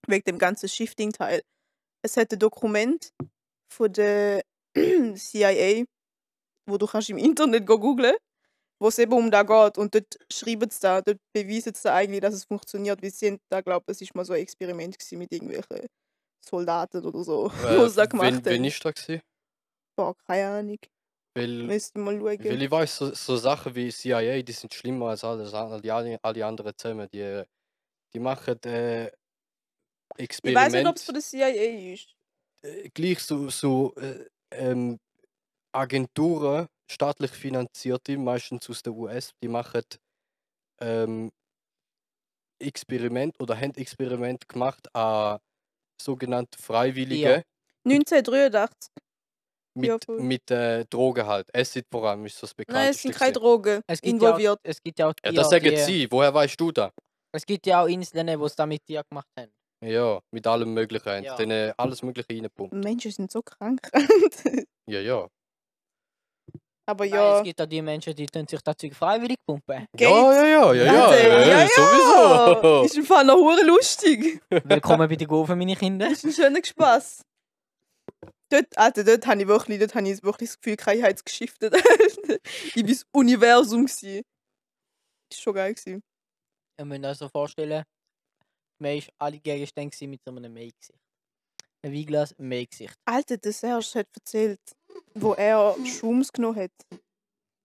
S2: wegen dem ganzen Shifting-Teil, es hat ein Dokument von der CIA, wo du kannst im Internet go googlen wo es eben um da geht und dort schreiben sie da, dort beweisen sie da eigentlich, dass es funktioniert, wie sie haben da glaubt, es ist mal so ein Experiment gewesen mit irgendwelchen Soldaten oder so,
S1: äh,
S2: wo sie da gemacht
S1: wen,
S2: haben.
S1: wen ist da gewesen?
S2: Boah, keine Ahnung.
S1: Weil,
S2: Müsste mal
S1: weil
S2: schauen.
S1: ich weiß, so, so Sachen wie CIA, die sind schlimmer als alles, an- die alle, alle anderen zusammen. Die, äh, die machen äh,
S2: Ich weiß nicht, ob
S1: Experimente.
S2: es von der CIA ist.
S1: äh, gleich so, so äh, ähm, Agenturen, staatlich finanzierte, meistens aus der US, die machen ähm, Experiment oder haben Experiment gemacht an sogenannte Freiwillige
S2: 1983. ja,
S1: mit,
S2: voll.
S1: mit äh, Drogen halt. Acid vor allem ist das bekannt.
S2: Nein, es sind keine Drogen
S3: Es gibt ja auch,
S2: involviert.
S3: es gibt ja auch
S1: ja,
S3: die-
S1: das sagen
S3: die-
S1: sie. Woher weißt du da?
S3: Es gibt ja auch Inseln, die es damit dir gemacht haben.
S1: Ja, mit allem Möglichen.
S3: Ja.
S1: Ja. Denen alles Mögliche reinpumpt.
S2: Menschen sind so krank.
S1: Ja, ja.
S2: Aber
S3: Nein,
S2: ja.
S3: es gibt ja die Menschen, die tun sich das Zeug freiwillig pumpen.
S1: Ja, ja, ja, ja, ja,
S2: Alter,
S1: ja,
S2: ja, ja.
S1: sowieso.
S2: Ah, Ist im Fall noch hure lustig.
S3: Willkommen bei den Gofen, meine Kinder.
S2: Ist ein schöner Spaß. Dort, Alter, dort habe ich wirklich, dort habe ich wirklich das Gefühl, kein Heiz geschiftet. ich war das Universum. gsi. Ist schon geil. gsi.
S3: Ihr müsst euch so vorstellen, man war alle Gegenstände gewesen mit so einem Meigesicht. Ein Weinglas, ein Meigesicht.
S2: Alter, der Serge hat halt erzählt, wo er Schums genommen hat,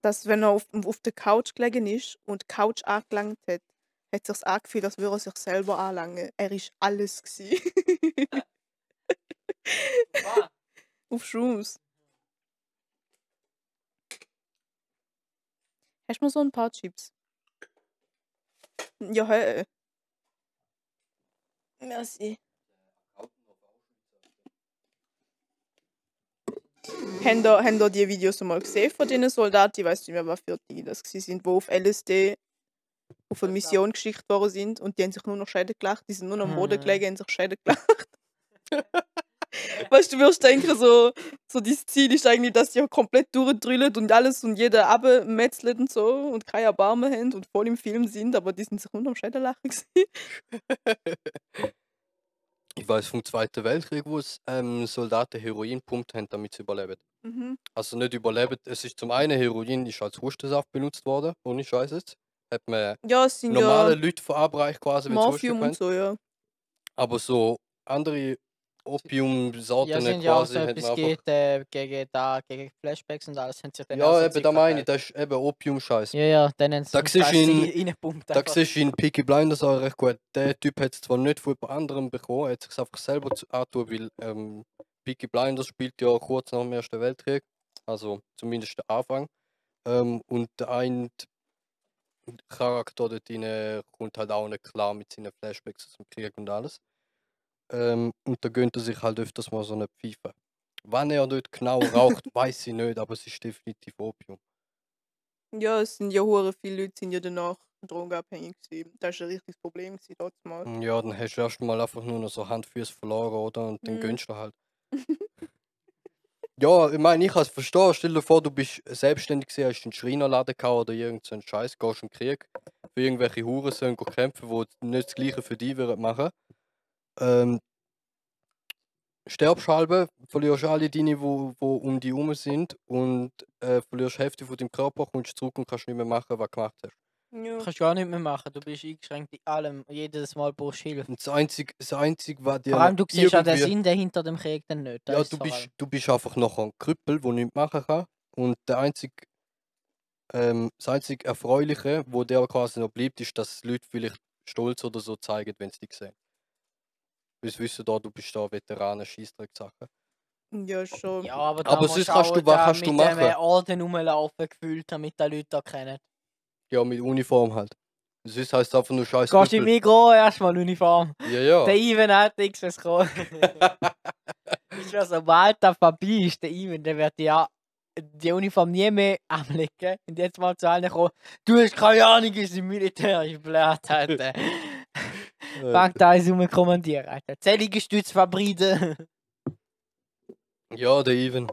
S2: dass wenn er auf, auf der Couch gelegen ist und die Couch angelangt hat, hat sich angefühlt, als würde er sich selber anlangen. Er ist alles gsi auf Schums. Hast du mal so ein paar Chips? Ja, hä? Merci. Habt ihr, habt ihr die Videos mal gesehen von diesen Soldaten? Ich weiß nicht mehr, was für die das waren, sind, die auf LSD auf eine Mission geschickt worden sind und die haben sich nur noch Schäden gelacht. Die sind nur noch am Boden
S3: Mhm.
S2: gelegen und haben sich Schäden gelacht. weißt du, du wirst denken, so, so dein Ziel ist eigentlich, dass die komplett durchdrillen und alles und jeder abmetzelt und so und keine Erbarmen haben und voll im Film sind, aber die sind sich nur noch am Schäden lachen. gewesen.
S1: Ich weiß vom Zweiten Weltkrieg, wo es ähm, Soldaten Heroin pumpt haben, damit sie überleben.
S2: Mhm.
S1: Also nicht überleben. Es ist zum einen Heroin ist als Hustensaft benutzt worden, ohne Scheiß jetzt. Hat man
S2: Ja, es sind
S1: normale
S2: ja
S1: Leute verabreicht quasi, wenn sie Husten
S2: Morphium
S1: können.
S2: und so, ja.
S1: Aber so andere Opiumsorten
S3: Ja, sind ja auch
S1: ne, quasi
S3: so
S1: hat
S3: etwas
S1: man
S3: geht, äh, gegen, da, gegen Flashbacks und alles. Haben sich dann auch
S1: Ja,
S3: so
S1: eben,
S3: Zeug
S1: da meine ich, das
S3: verteilt.
S1: ist eben Opiumscheiß.
S3: Ja, ja, dann haben sie
S1: Da
S3: zum
S1: siehst du
S3: Teil
S1: ihn-
S3: sie reingepumpt
S1: Da
S3: einfach.
S1: siehst du in Peaky Blinders auch recht gut. Der Typ hat es zwar nicht von jemand anderem bekommen, er hat es einfach selber zu antun, weil ähm, Peaky Blinders spielt ja kurz nach dem Ersten Weltkrieg, also zumindest der Anfang. Ähm, und der eine Charakter dort drin äh, kommt halt auch nicht klar mit seinen Flashbacks aus dem Krieg und alles. Ähm, und da gönnt er sich halt öfters mal so eine Pfeife. Wann er dort genau raucht, weiß ich nicht, aber es ist definitiv Opium.
S2: Ja, es sind ja hure viele Leute sind ja danach drogenabhängig gewesen. Das war ein richtiges Problem gewesen, dort mal.
S1: Ja, dann hast du erstmal einfach nur noch so Hand fürs verloren, oder? Und
S3: Mhm.
S1: dann
S2: Mm.
S1: gönnst du halt. ja, ich meine, ich kann es verstehen. Stell dir vor, du bist selbstständig gewesen, hast einen Schreinerladen gehabt oder irgend so einen Scheiß, gehst in den Krieg. Für irgendwelche Huren sollen go kämpfen, die nicht das Gleiche für dich würden machen. Ähm, sterbst halbe, verlierst alle deine, die wo, wo um dich herum sind und äh, verlierst die Hälfte von deinem Körper, kommst zurück und kannst nicht mehr machen, was du gemacht hast.
S2: Ja.
S3: Kannst du auch nicht mehr machen, du bist eingeschränkt in allem. Jedes Mal brauchst du Hilfe.
S1: Und das Einzige, das Einzige was dir
S3: Vor allem, du
S1: noch
S3: siehst ja den
S1: irgendwie-
S3: Sinn hinter dem Krieg dann nicht. das
S1: Ja,
S3: ist
S1: du
S3: vor
S1: bist,
S3: allem.
S1: du bist einfach noch ein Krüppel, der nichts machen kann. Und der einzige, ähm, das einzige Erfreuliche, wo der quasi noch bleibt, ist, dass die Leute vielleicht stolz oder so zeigen, wenn sie dich sehen. Weil sie wissen da, du bist da Veteranen, Scheißdrecksachen. Oh,
S2: Ja, schon.
S3: Ja, aber, da
S1: Aber
S3: musst
S1: sonst
S3: auch
S1: kannst du- was
S3: da
S1: kannst du
S3: mit dem, äh,
S1: machen?
S3: Orden rumlaufen gefühlt, damit die Leute da kennen.
S1: Ja, mit Uniform halt. Sonst heißt es einfach nur scheiße.
S3: Gehst im Mikro erstmal Uniform.
S1: Ja, ja.
S3: Der Even hat nichts was kommen. ich weiß, sobald der vorbei ist, der Even, der wird ja die Uniform nie mehr anlegen. Und jetzt mal zu allen kommen, du hast keine Ahnung, ist im Militär, ich blöd heute.
S1: Äh,
S3: Fangt an, um kommandieren, Alter. Zellige Stützfabride.
S1: Ja, der Even.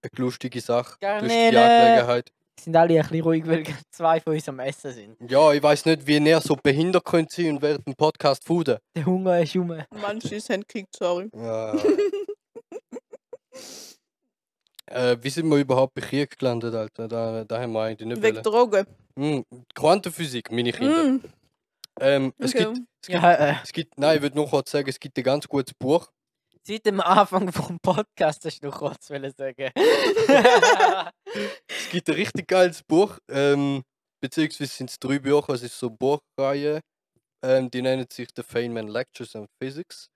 S1: Eine lustige Sache.
S3: Garnele.
S1: Lustige Angelegenheit.
S3: Sind alle ein bisschen ruhig, weil gerade zwei von uns am Essen sind.
S1: Ja, ich weiß nicht, wie näher so behindert könnt sein und während dem Podcast fuden.
S3: Der Hunger ist um.
S2: Manche sind gekriegt, sorry.
S1: Ja. äh, wie sind wir überhaupt bei Krieg gelandet, Alter? Da, da haben wir eigentlich nicht
S2: Wegen
S1: wollen.
S2: Drogen.
S1: Hm, Quantenphysik, meine Kinder.
S2: Mm,
S1: Ähm, es,
S2: okay.
S1: gibt,
S3: Ja, äh,
S1: es gibt, nein, ich würde noch kurz sagen, es gibt ein ganz gutes Buch.
S3: seit dem Anfang vom Podcast hast du noch kurz wollen sagen.
S1: Es gibt ein richtig geiles Buch. Ähm, beziehungsweise sind es drei Bücher, es ist so eine Buchreihe. Ähm, die nennen sich The Feynman Lectures on Physics.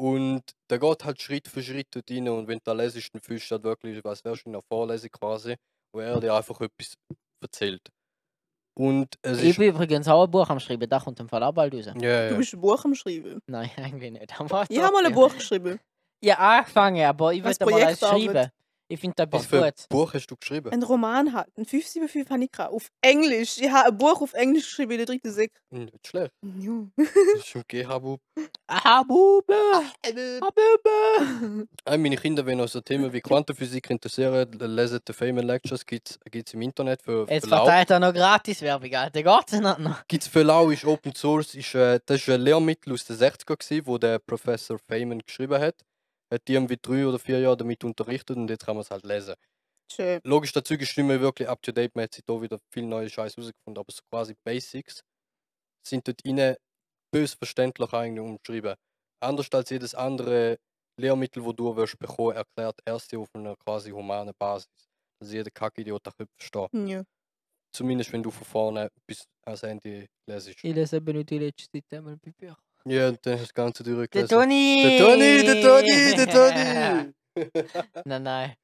S1: Und da geht halt Schritt für Schritt dort rein. Und wenn du da lesest, dann fühlst du halt wirklich, was wärst du in einer Vorlesung quasi, wo er dir einfach etwas erzählt. Und es
S3: ich
S1: ist.
S3: bin übrigens auch ein Buch am Schreiben, da kommt im Fall auch bald raus.
S1: Ja,
S2: Du
S1: ja.
S2: bist ein Buch am Schreiben.
S3: Nein, eigentlich nicht. Aber
S2: Ich habe mal ein
S3: trotzdem.
S2: Buch geschrieben.
S3: Ja, angefangen, aber ich
S2: Als
S3: würde mal eins
S2: Projektarbeit.
S3: schreiben. Ich finde das
S1: Was
S3: bis
S1: für ein
S3: gut.
S1: Buch hast du geschrieben?
S2: Ein Roman halt. Ein 575 habe ich gehabt. Auf Englisch. Ich habe ein Buch auf Englisch geschrieben in der dritten Sek.
S1: Nicht schlecht.
S2: Ja.
S1: Hm, Das ist schon GH-Bub.
S3: Aha, Bube! Ah, Bube!
S1: All meine Kinder, wenn euch so Themen wie Quantenphysik interessieren, leset die Feynman Lectures, gibt es im Internet für, für
S3: Jetzt
S1: Lau.
S3: verteilt er noch Gratis-Werbung, Alter. Geht's nicht noch?
S1: Gibt's für Lau ist Open Source, ist, äh, das war ein Lehrmittel aus den 60er, gewesen, wo der Professor Feynman geschrieben hat. Hat die irgendwie drei oder vier Jahre damit unterrichtet und jetzt kann man es halt lesen.
S2: Schön.
S1: Logisch, dazu ist nicht mehr wirklich up to date, man hat sich da wieder viel neue Scheiß rausgefunden, aber so quasi Basics sind dort inne bös verständlich eigentlich umschrieben. Anders als jedes andere Lehrmittel, wo du wirst bekommen, erklärt erst auf einer quasi humanen Basis. Also jeder Kackidiot da verstehen.
S2: Ja.
S1: Zumindest wenn du von vorne bis ans Ende lesest.
S3: Ich lese eben nicht die letzte Zeit einmal bei Büchern.
S1: Ja, und dann hast du das Ganze
S3: Der
S1: durchgelesen.
S3: Toni!
S1: Der Toni, der Toni, der Toni!
S3: nein, nein.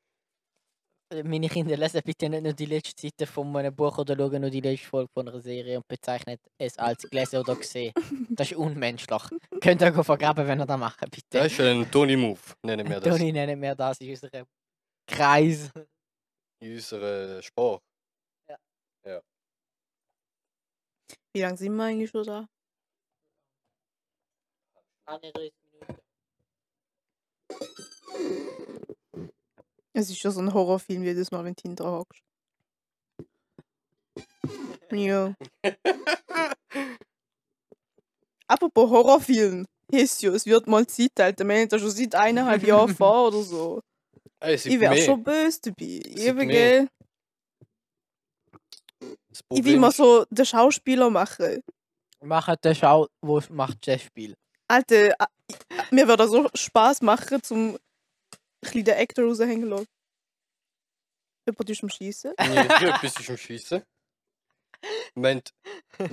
S3: Äh, Meine Kinder lesen bitte nicht nur die letzte Seite von einem Buch oder schauen nur die letzte Folge von einer Serie und bezeichnen es als gelesen oder gesehen. Das ist unmenschlich. Könnt ihr euch vergraben, wenn ihr das macht, bitte.
S1: Das ist ein Toni-Move, nennen wir das.
S3: Toni nennen wir das in unserem Kreis.
S1: In unserer Sprache.
S2: Wie lange sind wir eigentlich schon da?
S3: 31 Minuten.
S2: Es ist schon so ein Horrorfilm, jedes Mal, wenn du hinterher hockst. Ja. Apropos Horrorfilm. Hessio, es wird mal Zeit, Alter. Wir haben da schon seit eineinhalb Jahren vor oder so.
S1: Ey, es
S2: Ich
S1: gibt
S2: wäre
S1: mehr.
S2: schon böse dabei.
S1: Seit
S2: Eben,
S1: mehr.
S2: gell?
S1: Das
S2: Ich will
S1: Problem
S2: mal
S1: ist-
S2: so den Schauspieler machen.
S3: Machen das auch, halt wo macht das Spiel.
S2: Alter, a- i- äh, mir würde so Spaß machen, zum ein bisschen den Actor raushängen zu lassen. Jemand ist am Schiessen.
S1: Nee, etwas ist am Schiessen. Wir haben,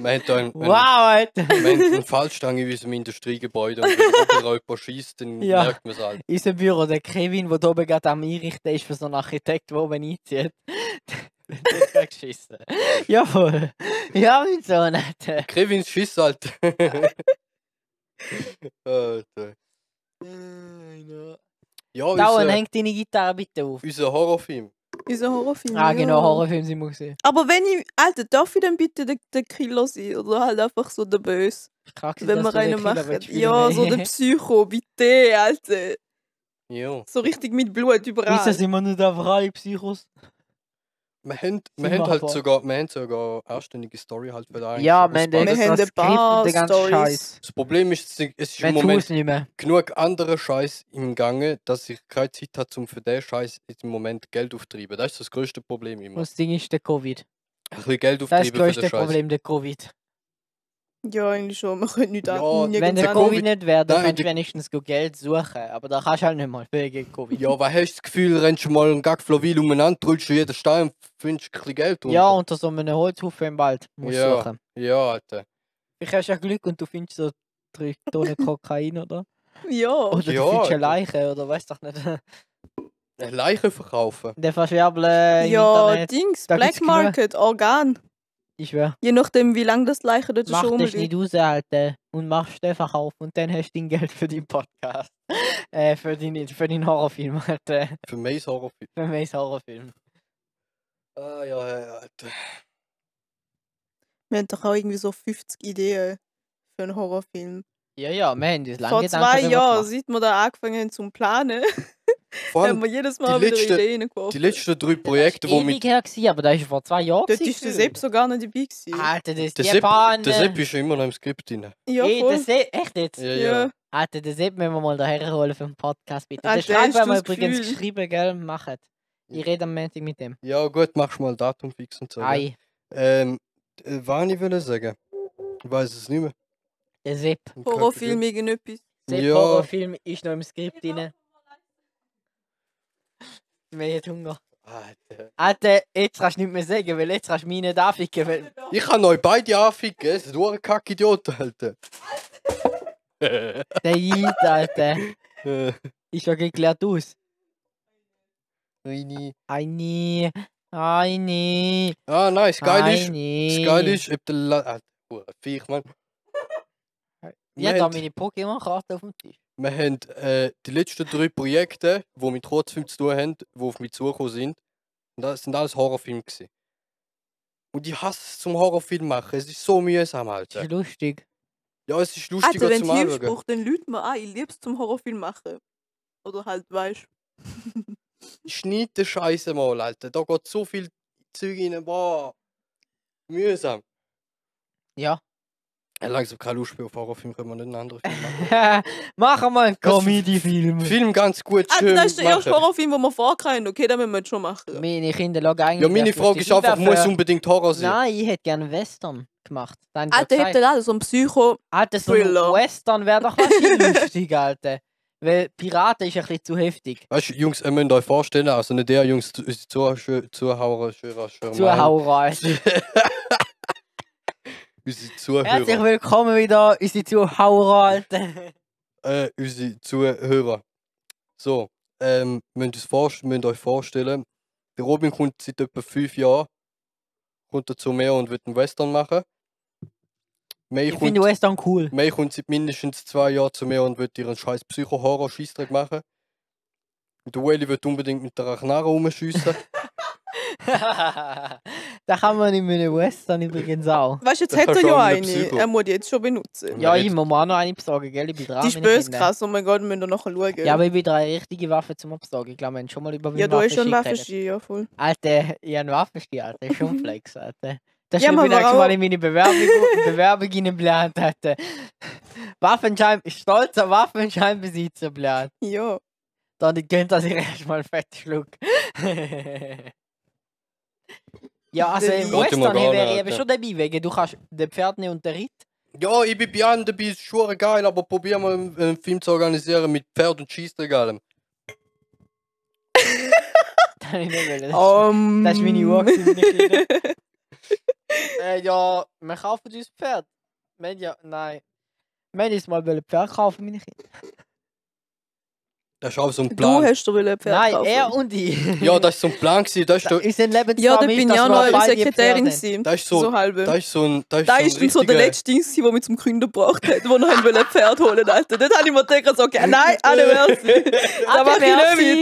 S1: wir haben da einen, wow.
S3: Wow, Alter!
S1: einen, wir haben eine Fallstange in unserem Industriegebäude und wenn oben jemand schießt, dann
S3: Ja.
S1: merkt man es halt.
S3: Unser Büro, der Kevin, der da oben gerade am Einrichten ist für so einen Architekt, der oben einzieht. Der hat gerade geschissen. Jawohl. Ja, mein Sohn. Alter.
S1: Kevin schießt halt. Alter. Ja,
S2: äh,
S3: Dauern,
S1: unser,
S3: häng deine Gitarre bitte auf.
S1: unser Horrorfilm.
S2: Unser Horrorfilm.
S3: Ah,
S2: ja.
S3: genau, Horrorfilm sind wir gesehen.
S2: Aber wenn ich. Alter, darf ich dann bitte der, der Killer sein? Oder halt einfach so der Böse? wenn wir einen machen. Ja,
S3: genau.
S2: so der Psycho, bitte, Alter.
S1: Ja.
S2: So richtig mit Blut überall.
S3: Wieso sind wir nicht einfach alle Psychos?
S1: Wir haben, wir
S3: Sind
S1: haben
S3: wir
S1: halt
S3: aber.
S1: sogar, wir haben sogar eine anständige Story halt für den
S3: Ja, man,
S2: Wir
S3: das
S2: haben ein
S3: ist
S2: paar
S3: der ganze
S2: Storys.
S3: Scheiß.
S1: Das Problem ist, es ist- es ist im
S3: Wenn du
S1: Moment
S3: es nicht mehr.
S1: genug anderer Scheiß im Gange, dass ich keine Zeit habe, um für den Scheiß jetzt im Moment Geld aufzutreiben. Das ist das größte Problem immer.
S3: Das Ding ist der Covid.
S1: Ein bisschen Geld
S3: Das
S1: auftreiben
S3: ist das
S1: für
S3: größte
S1: den Scheiß.
S3: Problem, der Covid.
S2: Ja, eigentlich schon. Man könnte nicht
S1: Ja,
S2: atmen,
S1: wenn
S3: Wenn
S2: nirgends
S3: der
S1: Covid-
S2: an.
S3: Covid nicht wäre, dann
S1: Nein,
S3: kannst du
S1: die-
S3: wenigstens gut Geld suchen. Aber da kannst du halt nicht mal wegen Covid.
S1: Ja, weil hast du das Gefühl, rennst du mal einen Gagflowil umeinander, drückst du jeden Stein und findest ein bisschen Geld
S3: Ja,
S1: unter.
S3: unter so einem Holzhaufen im Wald musst
S1: Ja.
S3: du suchen.
S1: Ja, Alter.
S3: Ich hast ja Glück und du findest so drei Tonnen Kokain, oder?
S2: Ja.
S3: Oder
S1: Ja,
S3: du findest eine
S1: Alter.
S3: Leiche, oder weißt doch nicht.
S1: Leichen verkaufen.
S3: Der Verschwerbeln im
S2: ja,
S3: Internet.
S2: Dings,
S3: da
S2: Black
S3: gibt's genug.
S2: Market, Organ.
S3: Ich schwör.
S2: Je nachdem, wie lange das Leiche dort
S3: Mach
S2: schon
S3: dich
S2: rumliegt.
S3: nicht raus, Alter. Und machst den Verkauf und dann hast du dein Geld für deinen Podcast. äh, für deinen für deinen Horrorfilm, Alter.
S1: Für Maze Horrorfilm.
S3: Für meinen Horrorfilm.
S1: Ah ja, ja, ja, Alter.
S2: Wir haben doch auch irgendwie so 50 Ideen für einen Horrorfilm.
S3: Ja, ja, wir haben uns lange
S2: Vor
S3: Gedanken
S2: zwei
S3: darüber
S2: Jahren,
S3: gemacht.
S2: sieht man da angefangen zum Planen,
S1: Vor
S2: haben
S1: allem
S2: wir jedes Mal wieder
S1: letzte-
S2: Ideen
S1: die
S2: geworfen.
S1: letzten drei Projekte,
S3: das war
S1: wo
S3: ewig
S1: mit.
S3: her, gewesen, aber das war vor zwei Jahren.
S2: Dort
S3: gewesen
S2: ist der
S3: gefühlt.
S2: Sepp so gar nicht dabei gewesen.
S3: Alter, das ist
S1: Der Sepp,
S3: Japan. äh,
S1: der Sepp ist ja immer noch im Skript drin.
S2: ja,
S3: ja,
S2: voll.
S3: der Sepp, echt jetzt?
S1: Ja,
S2: ja.
S1: ja.
S3: Alter, den Sepp müssen wir mal daher holen für den Podcast, bitte.
S2: Alter,
S3: den Schreiber
S2: hast
S3: haben
S2: du das
S3: wir übrigens
S2: Gefühl?
S3: geschrieben, gell? Machen. Ich rede am Montag mit dem.
S1: Ja, gut, machst mal ein Datum fix und so. gell?
S3: Ei,
S1: Ähm, äh, was ich will sagen? Ich weiß es nicht mehr.
S3: der Sepp.
S2: Horrorfilm gegen etwas.
S3: Sepp
S1: Ja.
S3: Horrorfilm ist noch im Skript drin. Wir haben Hunger.
S1: Alter.
S3: Alter, jetzt kannst du nicht mehr sagen, weil jetzt kannst du mich nicht anficken. Weil...
S1: Ich kann euch beide anficken, es ist nur ein Kackidiot, Alter.
S3: Der Jid, Alter.
S1: Äh,
S3: Ist ja geklärt aus.
S1: Rini.
S3: Eine, eine,
S1: Ah, nein, das Geile ist, das Geile
S3: eine.
S1: ist, ob der La Alter, Hure Viech, Mann.
S3: Ich
S1: Wir
S3: habe da
S1: haben-
S3: meine Pokémon-Karte auf dem Tisch.
S1: Wir haben äh, die letzten drei Projekte, die mit Kurzfilm zu tun haben, die auf mich zugekommen sind, und das sind alles Horrorfilme. Gewesen. Und ich hasse es zum Horrorfilm machen. Es ist so mühsam,
S3: Das
S1: Alter.
S3: ist lustig.
S1: Ja, es ist
S2: Also,
S1: lustiger
S2: wenn
S1: zum
S2: du
S1: Anschauen.
S2: hilfst, braucht dann Leute mal an. Ich liebe es zum Horrorfilm machen. Oder halt, weißt du.
S1: Schneid den Scheiße mal, Alter. Da geht so viel Zeug rein. Boah. Mühsam.
S3: Ja.
S1: Ja, langsam keine Lust mehr auf Horrorfilm, können wir nicht einen anderen Film machen.
S3: Machen wir einen
S1: Das-
S3: Comedy-Film.
S1: Film ganz gut,
S2: Ah,
S1: schön
S2: das ist der erste
S1: machen.
S2: Horrorfilm, den wir vorkriegen. Okay, den müssen wir jetzt schon machen.
S3: Meine Kinder schauen eigentlich.
S1: Ja, meine
S3: erst
S1: Frage
S3: richtig.
S1: ist einfach,
S3: Ich
S1: muss
S3: dafür-
S1: unbedingt Horror sein?
S3: Nein, ich hätte gerne Western gemacht. Dann
S2: Alter, habt ihr da so ein Psycho.
S3: Alter, so ein
S2: Thriller.
S3: Western wäre doch wahrscheinlich lustig, Alter. Weil Piraten ist ein bisschen zu heftig.
S1: Weißt du, Jungs, ihr müsst euch vorstellen, also nicht der Jungs, zu- unsere Zuhörer, Zuhörer, Zuhörer, Zuhörer,
S3: Zuhauer, Alter.
S1: unsere
S3: Herzlich
S1: Zuhörer,
S3: willkommen wieder, unsere Zuhauer, Alter.
S1: äh, unsere Zuhörer. So, ähm, müsst, uns vorst- müsst euch vorstellen, der Robin kommt seit etwa fünf Jahren, kommt er zu mir und will einen Western machen. May
S3: Ich finde
S1: kommt,
S3: Western cool.
S1: May kommt seit mindestens zwei Jahren zu mir und will ihren scheiß Psycho-Horror-Scheissdreck machen. Und der Welly wird unbedingt mit der Knarre rumschiessen.
S3: da kann man in einem Western übrigens auch.
S2: Weißt du, jetzt
S1: Das
S2: hat
S1: ist
S2: er
S1: schon
S2: ja
S1: ein
S2: eine.
S1: Psycho.
S2: Er muss die jetzt schon benutzen.
S3: Ja,
S1: Man
S3: ich
S1: hat-
S3: muss mir auch noch eine besorgen, gell? Ich bin dran.
S2: Die ist
S3: meine
S2: böse
S3: Kinder.
S2: krass, oh mein Gott, wir müssen da nachher schauen.
S3: Ja, aber ich bin drei richtige Waffen zum Absagen. Ich glaube, wir haben schon mal über meine
S2: ja du hast schon
S3: Waffenschein geredet.
S2: Waffenski, ja voll.
S3: Alter, ich habe Waffenstiel, Alter. Ist Schon Flex, Alter. Das
S2: Ja,
S3: ja,
S2: aber
S3: schreibe ich nächstes
S2: warum-
S3: Mal in meine Bewerbung, Bewerbung hineinblänt, Alter. Waffenschein, stolzer Waffenscheinbesitzer, blänt.
S2: Ja.
S3: Dann gönnt er sich erstmal einen fetten Schluck. ja, also
S2: Der
S3: im
S1: Gott,
S3: Western
S1: immer gar
S3: wäre ich
S1: nicht,
S3: eben
S1: Alter.
S3: schon dabei, wegen du kannst den Pferd nehmen und den Ritt.
S1: Ja, ich bin bei einem dabei, ist schon geil, aber probier mal einen, einen Film zu organisieren mit Pferd und Schießdreck allem.
S3: Das hab ich nicht wollen. Das ist-
S2: Um,
S3: Das ist meine Uhr, gewesen, meine Kinder. äh, ja, wir kaufen uns Pferd. Wir haben ja, nein. Wir haben uns mal ein Pferd kaufen, meine Kinder.
S1: Das ist auch so ein
S2: Du
S1: Plan.
S2: hast doch wohl ein Pferd
S3: Nein,
S2: kaufen.
S3: er und ich.
S1: ja, das ist so ein Plan gewesen, das ist,
S3: Da
S1: da,
S3: ist ein Lebensplan.
S2: Ja, da bin ich auch noch eine Sekretärin gewesen.
S1: das ist
S2: So,
S1: so,
S2: halbe.
S1: das ist so ein, das ist
S2: Da
S1: so ein
S2: ist dann so der
S1: richtiger-
S2: letzte Ding, gewesen, wo wir zum Gründer gebracht hat, wo noch ein Pferd holen Alter. Dort habe ich mir gedacht, so, okay, nein, alle Da mach ich nicht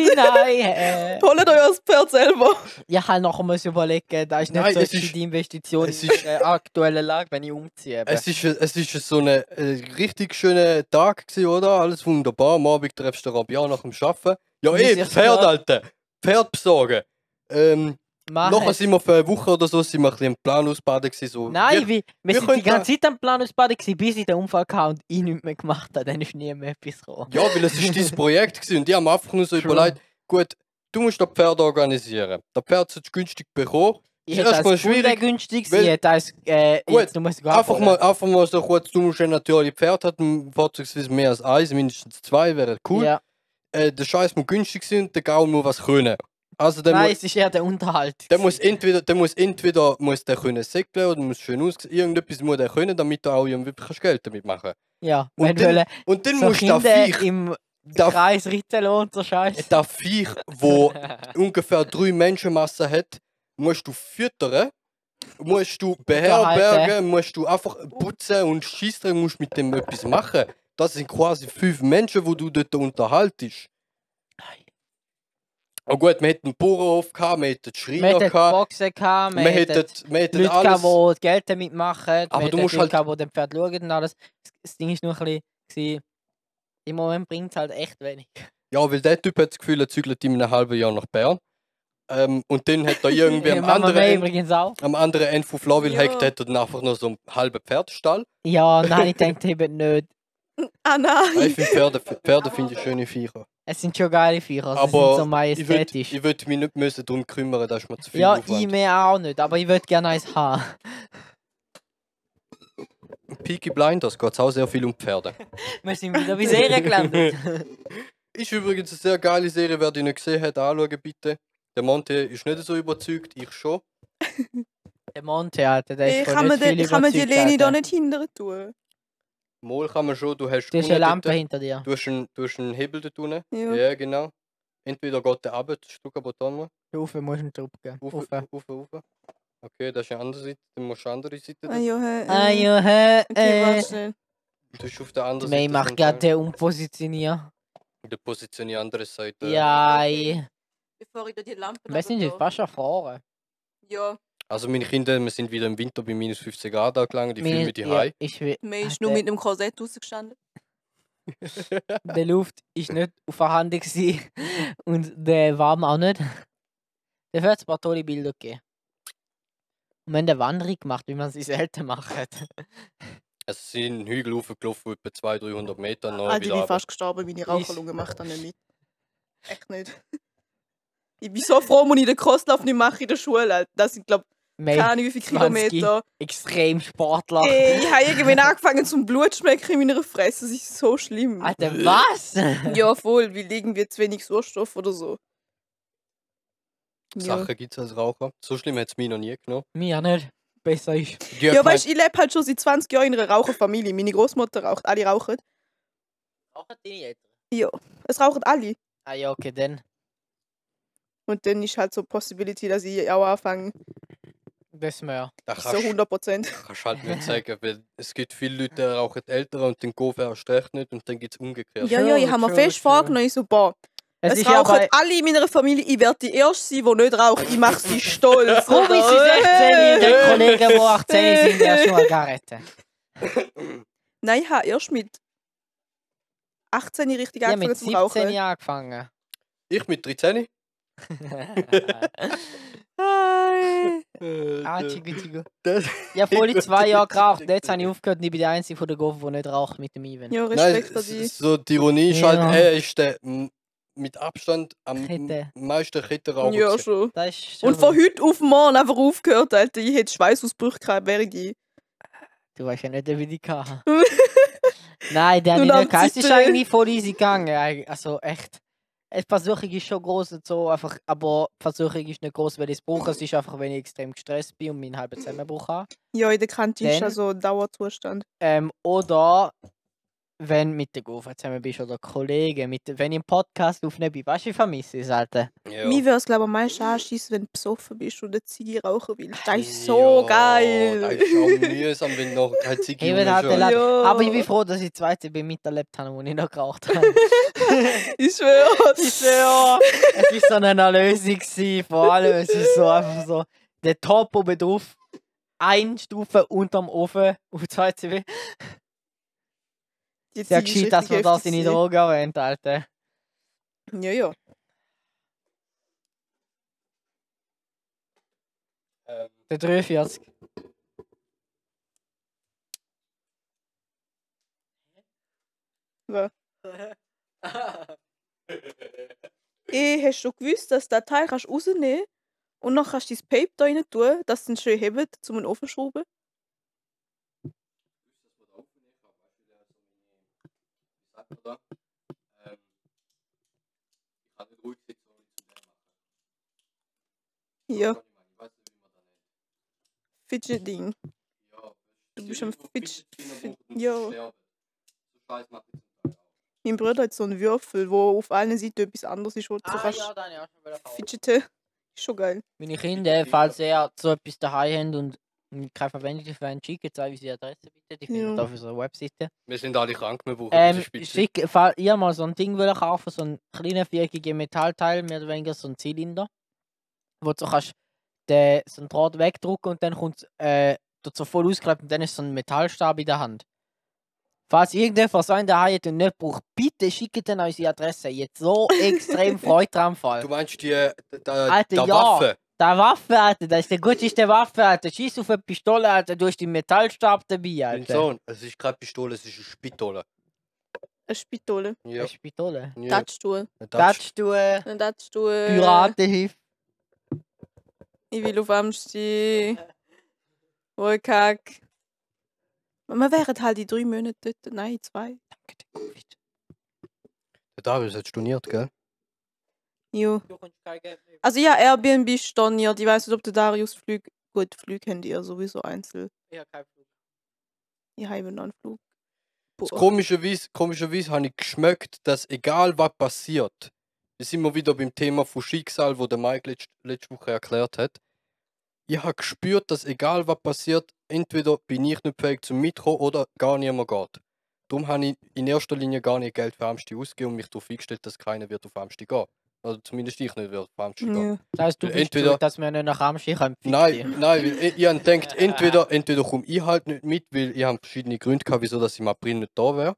S2: mit.
S3: Nein, äh,
S2: Holt euch das Pferd selber.
S3: halt, ich habe noch einmal überlegen, da ist nicht
S1: Nein,
S3: so
S1: es
S3: eine
S1: ist-
S3: die Investition
S1: es
S3: in der aktuellen Lage, wenn ich umziehe. eben.
S1: Es ist, es ist so ein äh, richtig schöner Tag gewesen, oder? Alles wunderbar. Am Abend treffst du den Rabian nach dem Arbeiten. Ja,
S3: Wie
S1: eh,
S3: sich's
S1: Pferd,
S3: war.
S1: Alter. Pferd besorgen. Ähm,
S2: Ah,
S3: Mach
S1: nachher
S3: es.
S1: sind wir für eine Woche oder so, sind wir ein bisschen am Plan ausbaden gewesen, so.
S3: Nein, wir, wir
S1: wir
S3: sind die
S1: können
S3: ganze Zeit am Plan ausbaden, gewesen, bis ich den Unfall hatte und ich nichts mehr gemacht habe. Dann ist nie mehr etwas gekommen.
S1: Ja, weil es ist dein Projekt gewesen und die haben einfach nur so
S3: True.
S1: überlegt, gut, du musst das Pferd organisieren. Das Pferd sollst du günstig bekommen.
S3: Ich
S1: Ist
S3: hätte
S1: erstmal
S3: als
S1: schwierig,
S3: günstig
S1: weil-
S3: gesehen, als äh,
S1: Gut,
S3: jetzt nur sogar
S1: Einfach mal, einfach mal so kurz, du musst ja natürlich Pferd hat vorzugsweise mehr als eins, mindestens zwei wäre cool.
S3: Ja.
S1: Äh, der Scheiß muss günstig sein und der Gaul muss was können. Also der
S3: Nein,
S1: muss,
S3: es ist eher der Unterhalt.
S1: der
S3: gewesen.
S1: muss entweder, der muss entweder muss der können segeln oder muss schön aussehen, irgendetwas muss der können, damit du auch irgendwie kannst Geld damit machen.
S3: ja,
S1: Und
S3: wenn
S1: dann-
S3: wollen,
S1: Und dann
S3: so
S1: musst du das
S3: Kinder
S1: Viech,
S3: im
S1: Da-
S3: Kreis Ritten lohnt so Scheiß.
S1: Das Viech, wo ungefähr drei Menschenmassen hat, musst du füttern, musst du beherbergen, musst du einfach putzen und schießen, musst mit dem etwas machen. Das sind quasi fünf Menschen, wo du dort unterhaltest. Oh gut, wir hätten einen Bauernhof, gehabt, wir hätten
S3: Wir
S1: Schreiner,
S3: hatten
S1: gehabt,
S3: Boxen, gehabt,
S1: wir
S3: wir hatten
S1: hätten, wir hätten
S3: Leute, gehabt,
S1: alles.
S3: die Geld damit machen,
S1: Aber
S3: wir
S1: du
S3: hatten
S1: musst
S3: Leute,
S1: halt-
S3: gehabt, die dem Pferd schauen und alles. Das- Das Ding war nur ein bisschen, gewesen, im Moment bringt es halt echt wenig.
S1: Ja, weil der Typ hat das Gefühl, er zügelt in einem halben Jahr nach Bern. Ähm, und dann hat er irgendwie am
S3: Mama
S1: anderen,
S3: May
S1: Ende,
S3: übrigens auch.
S1: am anderen Ende von Flawil
S2: Ja.
S1: hackt, hat er dann einfach noch so einen halben Pferdestall.
S3: Ja, nein, ich denke eben nicht.
S1: Weil
S2: Ah
S1: Ich
S2: nein!
S1: finde Pferde, Pferde finde ich schöne Viecher.
S3: Es sind schon geile Viecher, also sie
S1: Aber
S3: sind so
S1: Ich würde
S3: majestätisch.
S1: ich würd mich nicht müssen darum kümmern, dass man zu viel
S3: ja, ich
S1: Aufwand.
S3: mehr auch nicht, aber ich würde gerne eins haben.
S1: Peaky Blinders geht auch sehr viel um Pferde.
S3: Wir sind wieder bei Serien gelandet.
S1: Ist übrigens eine sehr geile Serie, wer die nicht gesehen hat, anschauen bitte. Der Monte ist nicht so überzeugt, ich schon.
S3: Der Monte, Alter, der ist
S2: Ich
S3: von
S2: kann mir
S3: nicht viel
S2: die, ich kann mir die
S3: überzeugt,
S2: Leni da
S3: Alter.
S2: nicht hindern tun.
S1: Mal kann man schon, du hast
S3: Du hast
S1: unten
S3: eine Lampe
S1: dort-
S3: hinter dir.
S1: Du hast einen, du hast einen Hebel da unten.
S2: Ja.
S1: Ja. genau. Entweder geht der runter, das Stück aber dann mal.
S3: Ufe, musst du ihn drauf geben.
S1: Auf, auf,
S3: Ufe.
S1: auf, auf. Okay, das ist eine andere Seite. Dann musst du die andere Seite.
S2: Ah,
S1: Ah,
S2: ja, hä,
S3: Ah,
S2: äh.
S3: ja, hä,
S2: Okay,
S3: äh.
S2: warte schnell.
S1: Du bist auf der anderen
S3: May
S1: Seite.
S3: macht gerade den umpositionieren.
S1: Der positioniert andere Seite. äh,
S3: Ja,
S2: okay.
S3: ich
S2: Bevor ich da die Lampe
S3: weiß nicht, ich fast erfahren.
S2: Ja,
S1: Also meine Kinder, wir sind wieder im Winter bei minus 15 Grad angelangt. Ich fühle mich die Hai.
S3: Ich will.
S2: May ist nur mit einem Korsett rausgestanden.
S3: Der Luft ist nicht vorhanden gewesen. und der Warm auch nicht. Der hat ein paar tolle Bilder gegeben. Und wir haben eine Wanderung gemacht, wie man sie selten macht.
S1: Es sind Hügel hochgelaufen, etwa 200, 300 Meter. Noch
S2: Alter, ich
S1: Oh, wieder
S2: bin
S1: runter.
S2: Ah, fast gestorben, meine Raucherlunge macht da nicht mit. Echt nicht. Ich bin so froh, dass ich den Kostlauf nicht mache in der Schule. Alter. Das sind, glaube ich, keine
S3: Mehr
S2: Ahnung, wie viele
S3: 20.
S2: Kilometer.
S3: extrem Sportler.
S2: Ey, ich habe irgendwann angefangen zum Blutschmecken in meiner Fresse. Das ist so schlimm.
S3: Alter, was?
S2: Ja, voll, weil irgendwie zu wenig Sauerstoff oder so. Ja,
S1: Sachen gibt es als Raucher. So schlimm hat es mich noch nie genommen.
S3: Mir nicht. Besser ist.
S1: Die hat
S2: ja
S1: gemeint,
S2: weißt du, ich lebe halt schon seit 20 Jahren in einer Raucherfamilie. Meine Großmutter raucht, alle rauchen.
S3: Rauchen deine Eltern?
S2: Ja, es rauchen alle.
S3: Ah ja, okay, dann.
S2: Und dann ist halt so die Possibility, dass ich auch anfange.
S3: Das mehr.
S1: da
S2: So
S1: kannst,
S2: 100 Prozent.
S1: kannst halt nicht sagen, weil es gibt viele Leute, die rauchen ältere und den Kofen erst recht nicht und dann gibt es umgekehrt.
S2: Ja, ja, ich habe mir
S3: true,
S2: fest
S3: true.
S2: vorgenommen, ich so, boah, es, rauchen alle in meiner Familie. Ich werde die Erste sein, die nicht raucht. Ich mache sie stolz.
S3: Drum ist sie
S2: Äh.
S3: 16 und die Kollegen, die 18 sind, erst mal gerettet.
S2: Nein, ich habe erst mit 18 richtig
S3: Ich habe
S2: angefangen
S3: mit
S2: zu rauchen.
S3: 17 angefangen.
S1: Ich mit 13.
S3: Hi.
S1: Äh,
S3: Ah,
S1: der-
S3: tschigu, tschigu.
S1: das-
S3: Ich habe voll in zwei Jahren geraucht. und Jetzt habe ich aufgehört und ich bin der Einzige von der Gove, der nicht raucht mit dem Even.
S2: Ja,
S1: Nein,
S2: Respekt für
S1: s-
S2: dich.
S1: so die Ironie ist halt,
S3: Ja.
S1: er ist der m, mit Abstand am
S3: Kette.
S1: m- meisten Kettenraucher.
S2: Ja,
S1: gewesen.
S2: schon.
S3: Das ist schon
S2: Und von heute auf morgen einfach aufgehört, Alter. Ich hätte Schweißausbrüche gehabt, wäre ich.
S3: Du weißt ja nicht, ob ich die kann. Nein, der hat
S2: Nur
S3: nicht
S2: am
S3: gehabt. Es ist
S2: Zittern.
S3: eigentlich voll easy gegangen. eig- Also echt. Die Versuchung ist schon groß und so, einfach, aber die Versuchung ist nicht groß, weil ich es brauche. Es ist einfach, wenn ich extrem gestresst bin und meinen halben Zusammenbruch habe.
S2: Ja, in der Kante ist
S3: Dann-
S2: also ein Dauerzustand.
S3: Ähm, oder wenn du mit der Gove zusammen bist oder Kollegen, mit, wenn ich einen Podcast aufnehme, bin, weißt du, ich vermisse es, halt. Alter.
S1: Ja.
S2: Mir wäre es, glaube ich, am meisten anschiessen, wenn du besoffen bist und eine Ziege rauchen willst. Das ist
S1: Ja,
S2: so
S1: Das
S2: geil.
S1: ist auch mühsam, wenn noch keine Ziege
S3: Eben halt der
S1: rumschwirrt.
S3: Laden.
S2: Ja.
S3: Aber ich bin froh, dass ich zweite bin miterlebt habe, wo ich noch geraucht habe.
S2: Ich schwöre.
S3: Ich schwöre, es war so eine Erlösung. gewesen, Vor allem, es ist so einfach so, der Top oben drauf, eine Stufe unterm Ofen auf 2 CW.
S2: Die
S3: Sehr
S2: Ziege ist
S3: gescheit, dass man
S2: richtig
S3: das
S2: heftig
S3: in die
S2: gewesen.
S3: Drogen erwähnt, Alter.
S2: Ja, ja.
S1: Ähm,
S3: Der 43.
S2: Was? Ey, Eh, hast du gewusst, dass du die Datei kannst rausnehmen kannst und dann kannst du dein Pape da rein tun, dass es dann schön hebt, zum einen Ofen schrauben? Ja, Fidgeting. Du bist am Fidget- Fid- ja. Mein Bruder hat so einen Würfel, wo auf einer Seite etwas anderes ist, wo du so
S3: Ah,
S2: kannst
S3: ja, dann ja. schon wieder kaufen.
S2: fidgeten. Ist schon geil.
S3: Meine Kinder, falls ihr so etwas daheim habt und keine Verwendung dafür habt, schickt uns unsere Adresse bitte. Die findet ihr
S2: Ja.
S3: auf unserer Webseite.
S1: Wir sind alle krank, wir brauchen
S3: Ähm,
S1: diese Spitze.
S3: schick, falls ihr mal so ein Ding wollt kaufen so einen kleinen viereckigen Metallteil, mehr oder weniger so ein Zylinder, wo du so kannst den, so einen Draht wegdrücken und dann kommt äh, dort so voll ausgeklebt und dann ist so ein Metallstab in der Hand. Falls irgendjemand so einen daheim hat und nicht braucht, bitte schickt dann unsere Adresse. Jetzt so extrem Freude dran
S1: Du
S3: Fall.
S1: meinst die, äh, da, da,
S3: Alter,
S1: da
S3: ja.
S1: Waffe?
S3: Da Waffe, Alter, das ist der guteste Waffe, Alter. Schieß auf eine Pistole, Alter, du hast den Metallstab dabei,
S1: Mein
S3: Alter.
S1: Sohn, es ist keine Pistole, es ist eine Spitole.
S2: Eine Spitole.
S1: Ja.
S3: Das ist Pistole.
S1: ja.
S2: Tatstuhl.
S1: Das ist
S3: Das du äh,
S2: Ein Tatstuhl.
S3: Piratenhilfe.
S2: Ich will auf Amsti. Wohlkack. Wir wären halt in drei Monaten dort. Nein, in zwei.
S1: Der Darius hat storniert, gell?
S2: Jo. Also ja, Airbnb storniert. Ich weiß nicht, ob der Darius Flüg. Gut, Flüge haben die ja sowieso einzeln. Ich habe noch einen Flug.
S1: Das
S2: Boah.
S1: Komischerweise, komischerweise habe ich geschmeckt, dass egal was passiert, wir sind immer wieder beim Thema von Schicksal, wo der Mike letzt, letzte Woche erklärt hat. Ich habe gespürt, dass egal was passiert, entweder bin ich nicht fähig zum Mitkommen oder gar niemand geht. Darum habe ich in erster Linie gar nicht Geld für Amsti ausgegeben und mich darauf eingestellt, dass keiner wird auf Amsti gehen. Also zumindest ich nicht werde auf Amsti gehen.
S2: Ja.
S3: Das heißt, du bist
S1: Entweder-
S3: schuld, dass wir nicht nach Amschich können. fick dich.
S1: Nein, nein, weil ich, ich habe gedacht, entweder, entweder komme ich halt nicht mit, weil ich habe verschiedene Gründe gehabt, wieso dass ich im April nicht da wäre.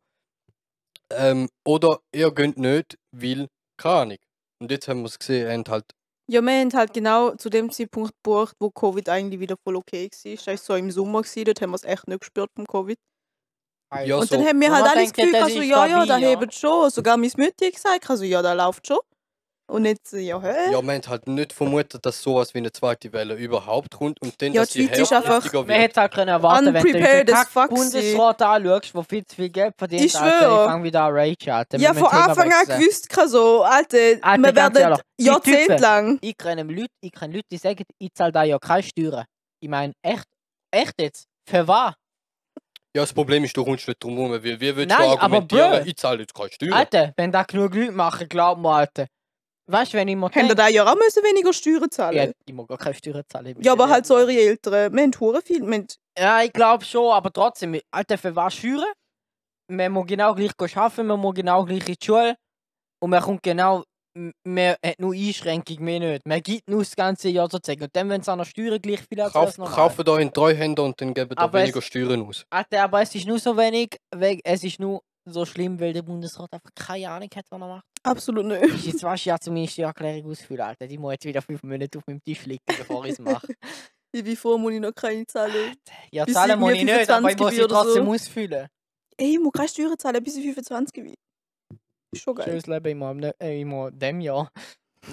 S1: Ähm, oder ihr geht nicht, weil keine Ahnung. Und jetzt haben wir es gesehen, er hat halt
S2: Ja, wir haben halt genau zu dem Zeitpunkt gebucht, wo Covid eigentlich wieder voll okay war. Das war so im Sommer, gewesen, dort haben wir es echt nicht gespürt vom Covid.
S1: Ja,
S2: Und
S1: so.
S2: dann haben wir
S3: Wo
S2: halt
S3: man
S2: alles
S3: denkt, ja,
S2: Gefühl,
S3: das
S2: also
S3: ist
S2: ja, ja,
S3: stabil,
S2: da
S3: ja.
S2: hebt schon. Sogar meine Mutter hat gesagt, also ja, da läuft schon. Und jetzt, ja, hä?
S1: ja, man hat halt nicht vermutet, dass sowas wie eine zweite Welle überhaupt kommt und dann,
S2: Ja,
S1: dass
S2: die Schweiz ist einfach-
S1: härtefrottiger
S3: Man hätte halt können erwarten, wenn du den
S2: Unprepared as
S3: Kack
S2: fuck
S3: Bundesrat anschaust, der viel zu viel Geld verdient,
S2: Ich
S3: Alter.
S2: schwöre.
S3: Ich fange wieder an Rage, Alter.
S2: Ja,
S3: Wir
S2: von
S3: müssen Thema
S2: Anfang an
S3: wechseln.
S2: gewusst, kann so, Alter,
S3: Alter,
S2: wir
S3: ganz
S2: werden
S3: ehrlich, die
S2: jahrzehntelang.
S3: Ich kenne Leute, ich kenne Leute, die sagen, ich zahle da ja keine Steuern. Ich meine, echt, echt jetzt? Für was?
S1: Ja, das Problem ist, du kommst nicht drum herum, weil wie willst
S3: Nein,
S1: du
S3: aber
S1: argumentieren,
S3: Bro.
S1: ich zahle jetzt keine Steuern.
S3: Alter, wenn da genug Leute machen, glaub mir, Alter. Weißt du, wenn ich mir
S2: Hätten ihr
S3: denke,
S2: da ja auch müssen weniger Steuern zahlen
S3: ja, ich muss gar keine Steuern zahlen.
S2: Ja, aber halt so eure Eltern. Wir haben hure viel. Wir haben
S3: Ja, ich glaube schon, aber trotzdem, Alter, für was schüren? Man muss genau gleich gehen arbeiten, man muss genau gleich in die Schule und man kommt genau, m- man hat nur Einschränkung, mehr nicht. Man gibt nur das ganze Jahr sozusagen. Und dann, wenn es an der Steuern gleich viel hat,
S1: Kauf,
S3: normal.
S1: kaufen da in drei Händen und dann geben da
S3: Aber es-
S1: weniger Steuern aus.
S3: Alter, aber es ist nur so wenig, weil es ist nur so schlimm, weil der Bundesrat einfach keine Ahnung hat, was er macht.
S2: absolut nicht.
S3: Ist jetzt weißt du ja zumindest die Erklärung ausfüllen, Alter. Die muss jetzt wieder fünf Monate auf meinem Tisch liegen, bevor ich es mache.
S2: Wie vor muss ich noch keine zahlen.
S3: Ja,
S2: Bis
S3: zahlen muss ich
S2: irgendwie
S3: nicht, aber ich
S2: 25
S3: muss sie
S2: oder so.
S3: trotzdem ausfüllen.
S2: Ey, ich muss keine Steuern zahlen, bis ich 25 bin. Ist schon geil.
S3: Schönes Leben immer, am ne- äh, immer dem Jahr.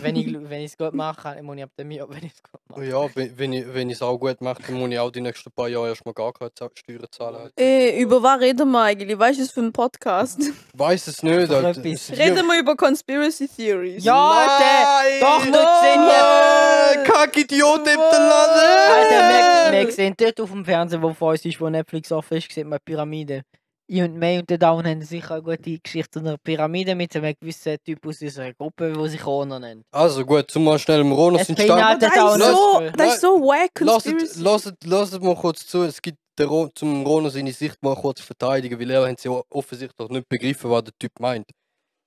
S3: Wenn ich wenn ich's gut mache, kann- muss ich ab dem Jahr, wenn ich es gut mache.
S1: Ja, wenn, wenn ich es auch gut mache, dann muss ich auch die nächsten paar Jahre erstmal gar keine Za- Steuern zahlen.
S2: Ey, Äh, über was reden wir eigentlich? Was ist das für ein Podcast?
S1: Weiß es nicht,
S3: Einfach
S1: Alter.
S3: etwas.
S1: Es-
S2: reden wir über Conspiracy Theories.
S3: Ja, Alter! Doch, du sehen
S1: Nein!
S3: hier!
S1: Kackidiot im
S3: Alter, wir,
S1: Laden!
S3: wir sehen dort auf dem Fernseher, wo vor uns ist, wo Netflix offen ist, sieht man Pyramiden. Ich und May und der Down haben sicher eine gute Geschichte zu einer Pyramide mit einem gewissen Typ aus unserer Gruppe, die sich Owner nennt.
S1: Also gut, zum mal schnell im Ronos
S3: SP
S1: entstanden.
S3: Nein,
S2: Das
S3: das auch
S2: ist
S1: nicht.
S2: so,
S3: Nein.
S2: das ist so wack
S1: Lasset,
S2: Conspiracy.
S1: lasset, lasset mal kurz zu, es gibt der Ro zum Rono seine Sicht mal kurz verteidigen, weil er haben sie o- offensichtlich nicht begriffen, was der Typ meint.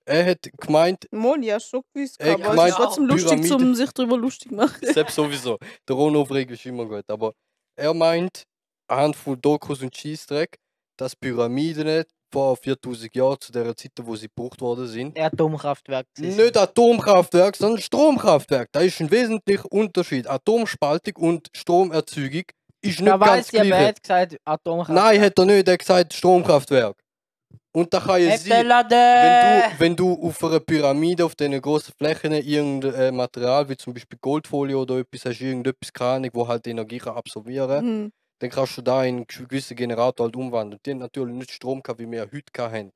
S1: Er hat gemeint,
S2: Moni, hast du schon gewusst,
S1: Ey,
S2: aber es
S1: gemeint,
S2: ist trotzdem lustig,
S1: Pyramide-
S2: um sich darüber lustig zu machen.
S1: selbst sowieso, der Rono aufregen ist immer gut, aber er meint, anhand von Dokus und Scheißdreck, dass Pyramiden vor 4000 Jahren zu der Zeit, wo sie gebraucht worden sind,
S3: Er hat Atomkraftwerk. gewesen.
S1: Nicht Atomkraftwerk, sondern Stromkraftwerk. Da ist ein wesentlicher Unterschied. Atomspaltung und Stromerzeugung ist nicht
S3: Da
S1: ganz
S3: weiß ich,
S1: gleich.
S3: aber er hat gesagt, Atomkraftwerk.
S1: Nein, hat er nicht. Er hat gesagt Stromkraftwerk. Und da kann ja sein, wenn
S3: Wenn
S1: du, wenn du auf einer Pyramide, auf diesen grossen Flächen irgendein äh, Material, wie zum Beispiel Goldfolie oder etwas, hast irgendetwas, keine Ahnung, wo halt die Energie kann absorbieren kann,
S2: Hm.
S1: dann kannst du da in einen gewissen Generator halt umwandeln. Die haben natürlich nicht Strom gehabt, wie wir heute gehabt haben.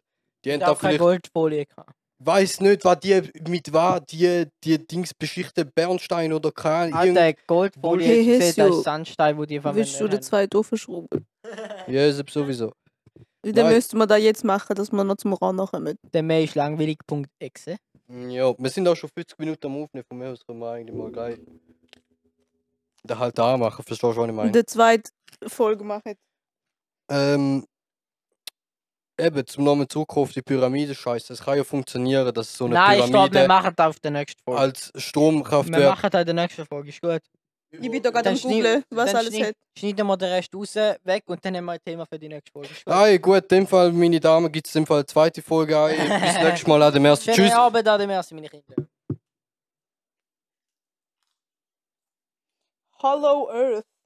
S1: Die haben
S3: du
S1: da
S3: auch keine
S1: vielleicht
S3: Goldfolie gehabt.
S1: weiß nicht, was die mit war, die, die Dings beschichten, Bernstein oder keine Ahnung, irgend-
S3: Alter,
S2: Bullshit.
S3: Goldfolie hey, gesehen, das
S2: Hesio,
S3: ist Sandstein, wo die verwendet
S2: Willst du den
S3: haben.
S2: zwei doofen Schrauben?
S1: Ja, selbst sowieso.
S2: Dann
S1: Nein.
S2: müssten wir das jetzt machen, dass wir noch zum Rand kommen.
S3: Der Mail ist langweilig.exe.
S1: Mm, Ja, wir sind auch schon 50 Minuten am Aufnehmen, von mir aus können wir eigentlich mal gleich. Da halt da machen, verstehst du, was ich
S2: Und
S1: meine?
S2: der zweite Folge machen.
S1: Ähm, eben, zum Namen zurück auf die Pyramide, scheiße. Es kann ja funktionieren, dass so eine
S3: Nein, stopp, wir
S1: Pyramide Also
S3: machen das auf der nächsten Folge.
S1: als
S3: Wir
S1: Stromkraftwerk.
S3: machen das in der nächsten Folge, ist gut.
S2: Ich bin da gerade
S3: Dann
S2: am googlen,
S3: schneid-
S2: Ah, was
S3: dann
S2: alles
S3: schneid-
S2: hat.
S3: Schneiden wir den Rest raus, weg und dann haben wir ein Thema für die nächste Folge. ist gut?
S1: Nein, gut, in dem Fall, meine Damen, gibt es in dem Fall eine zweite Folge. ein. Bis nächstes Mal an dem ersten.
S3: Schönen
S1: Tschüss.
S3: Abend an dem ersten, meine Kinder.
S2: Hollow Earth.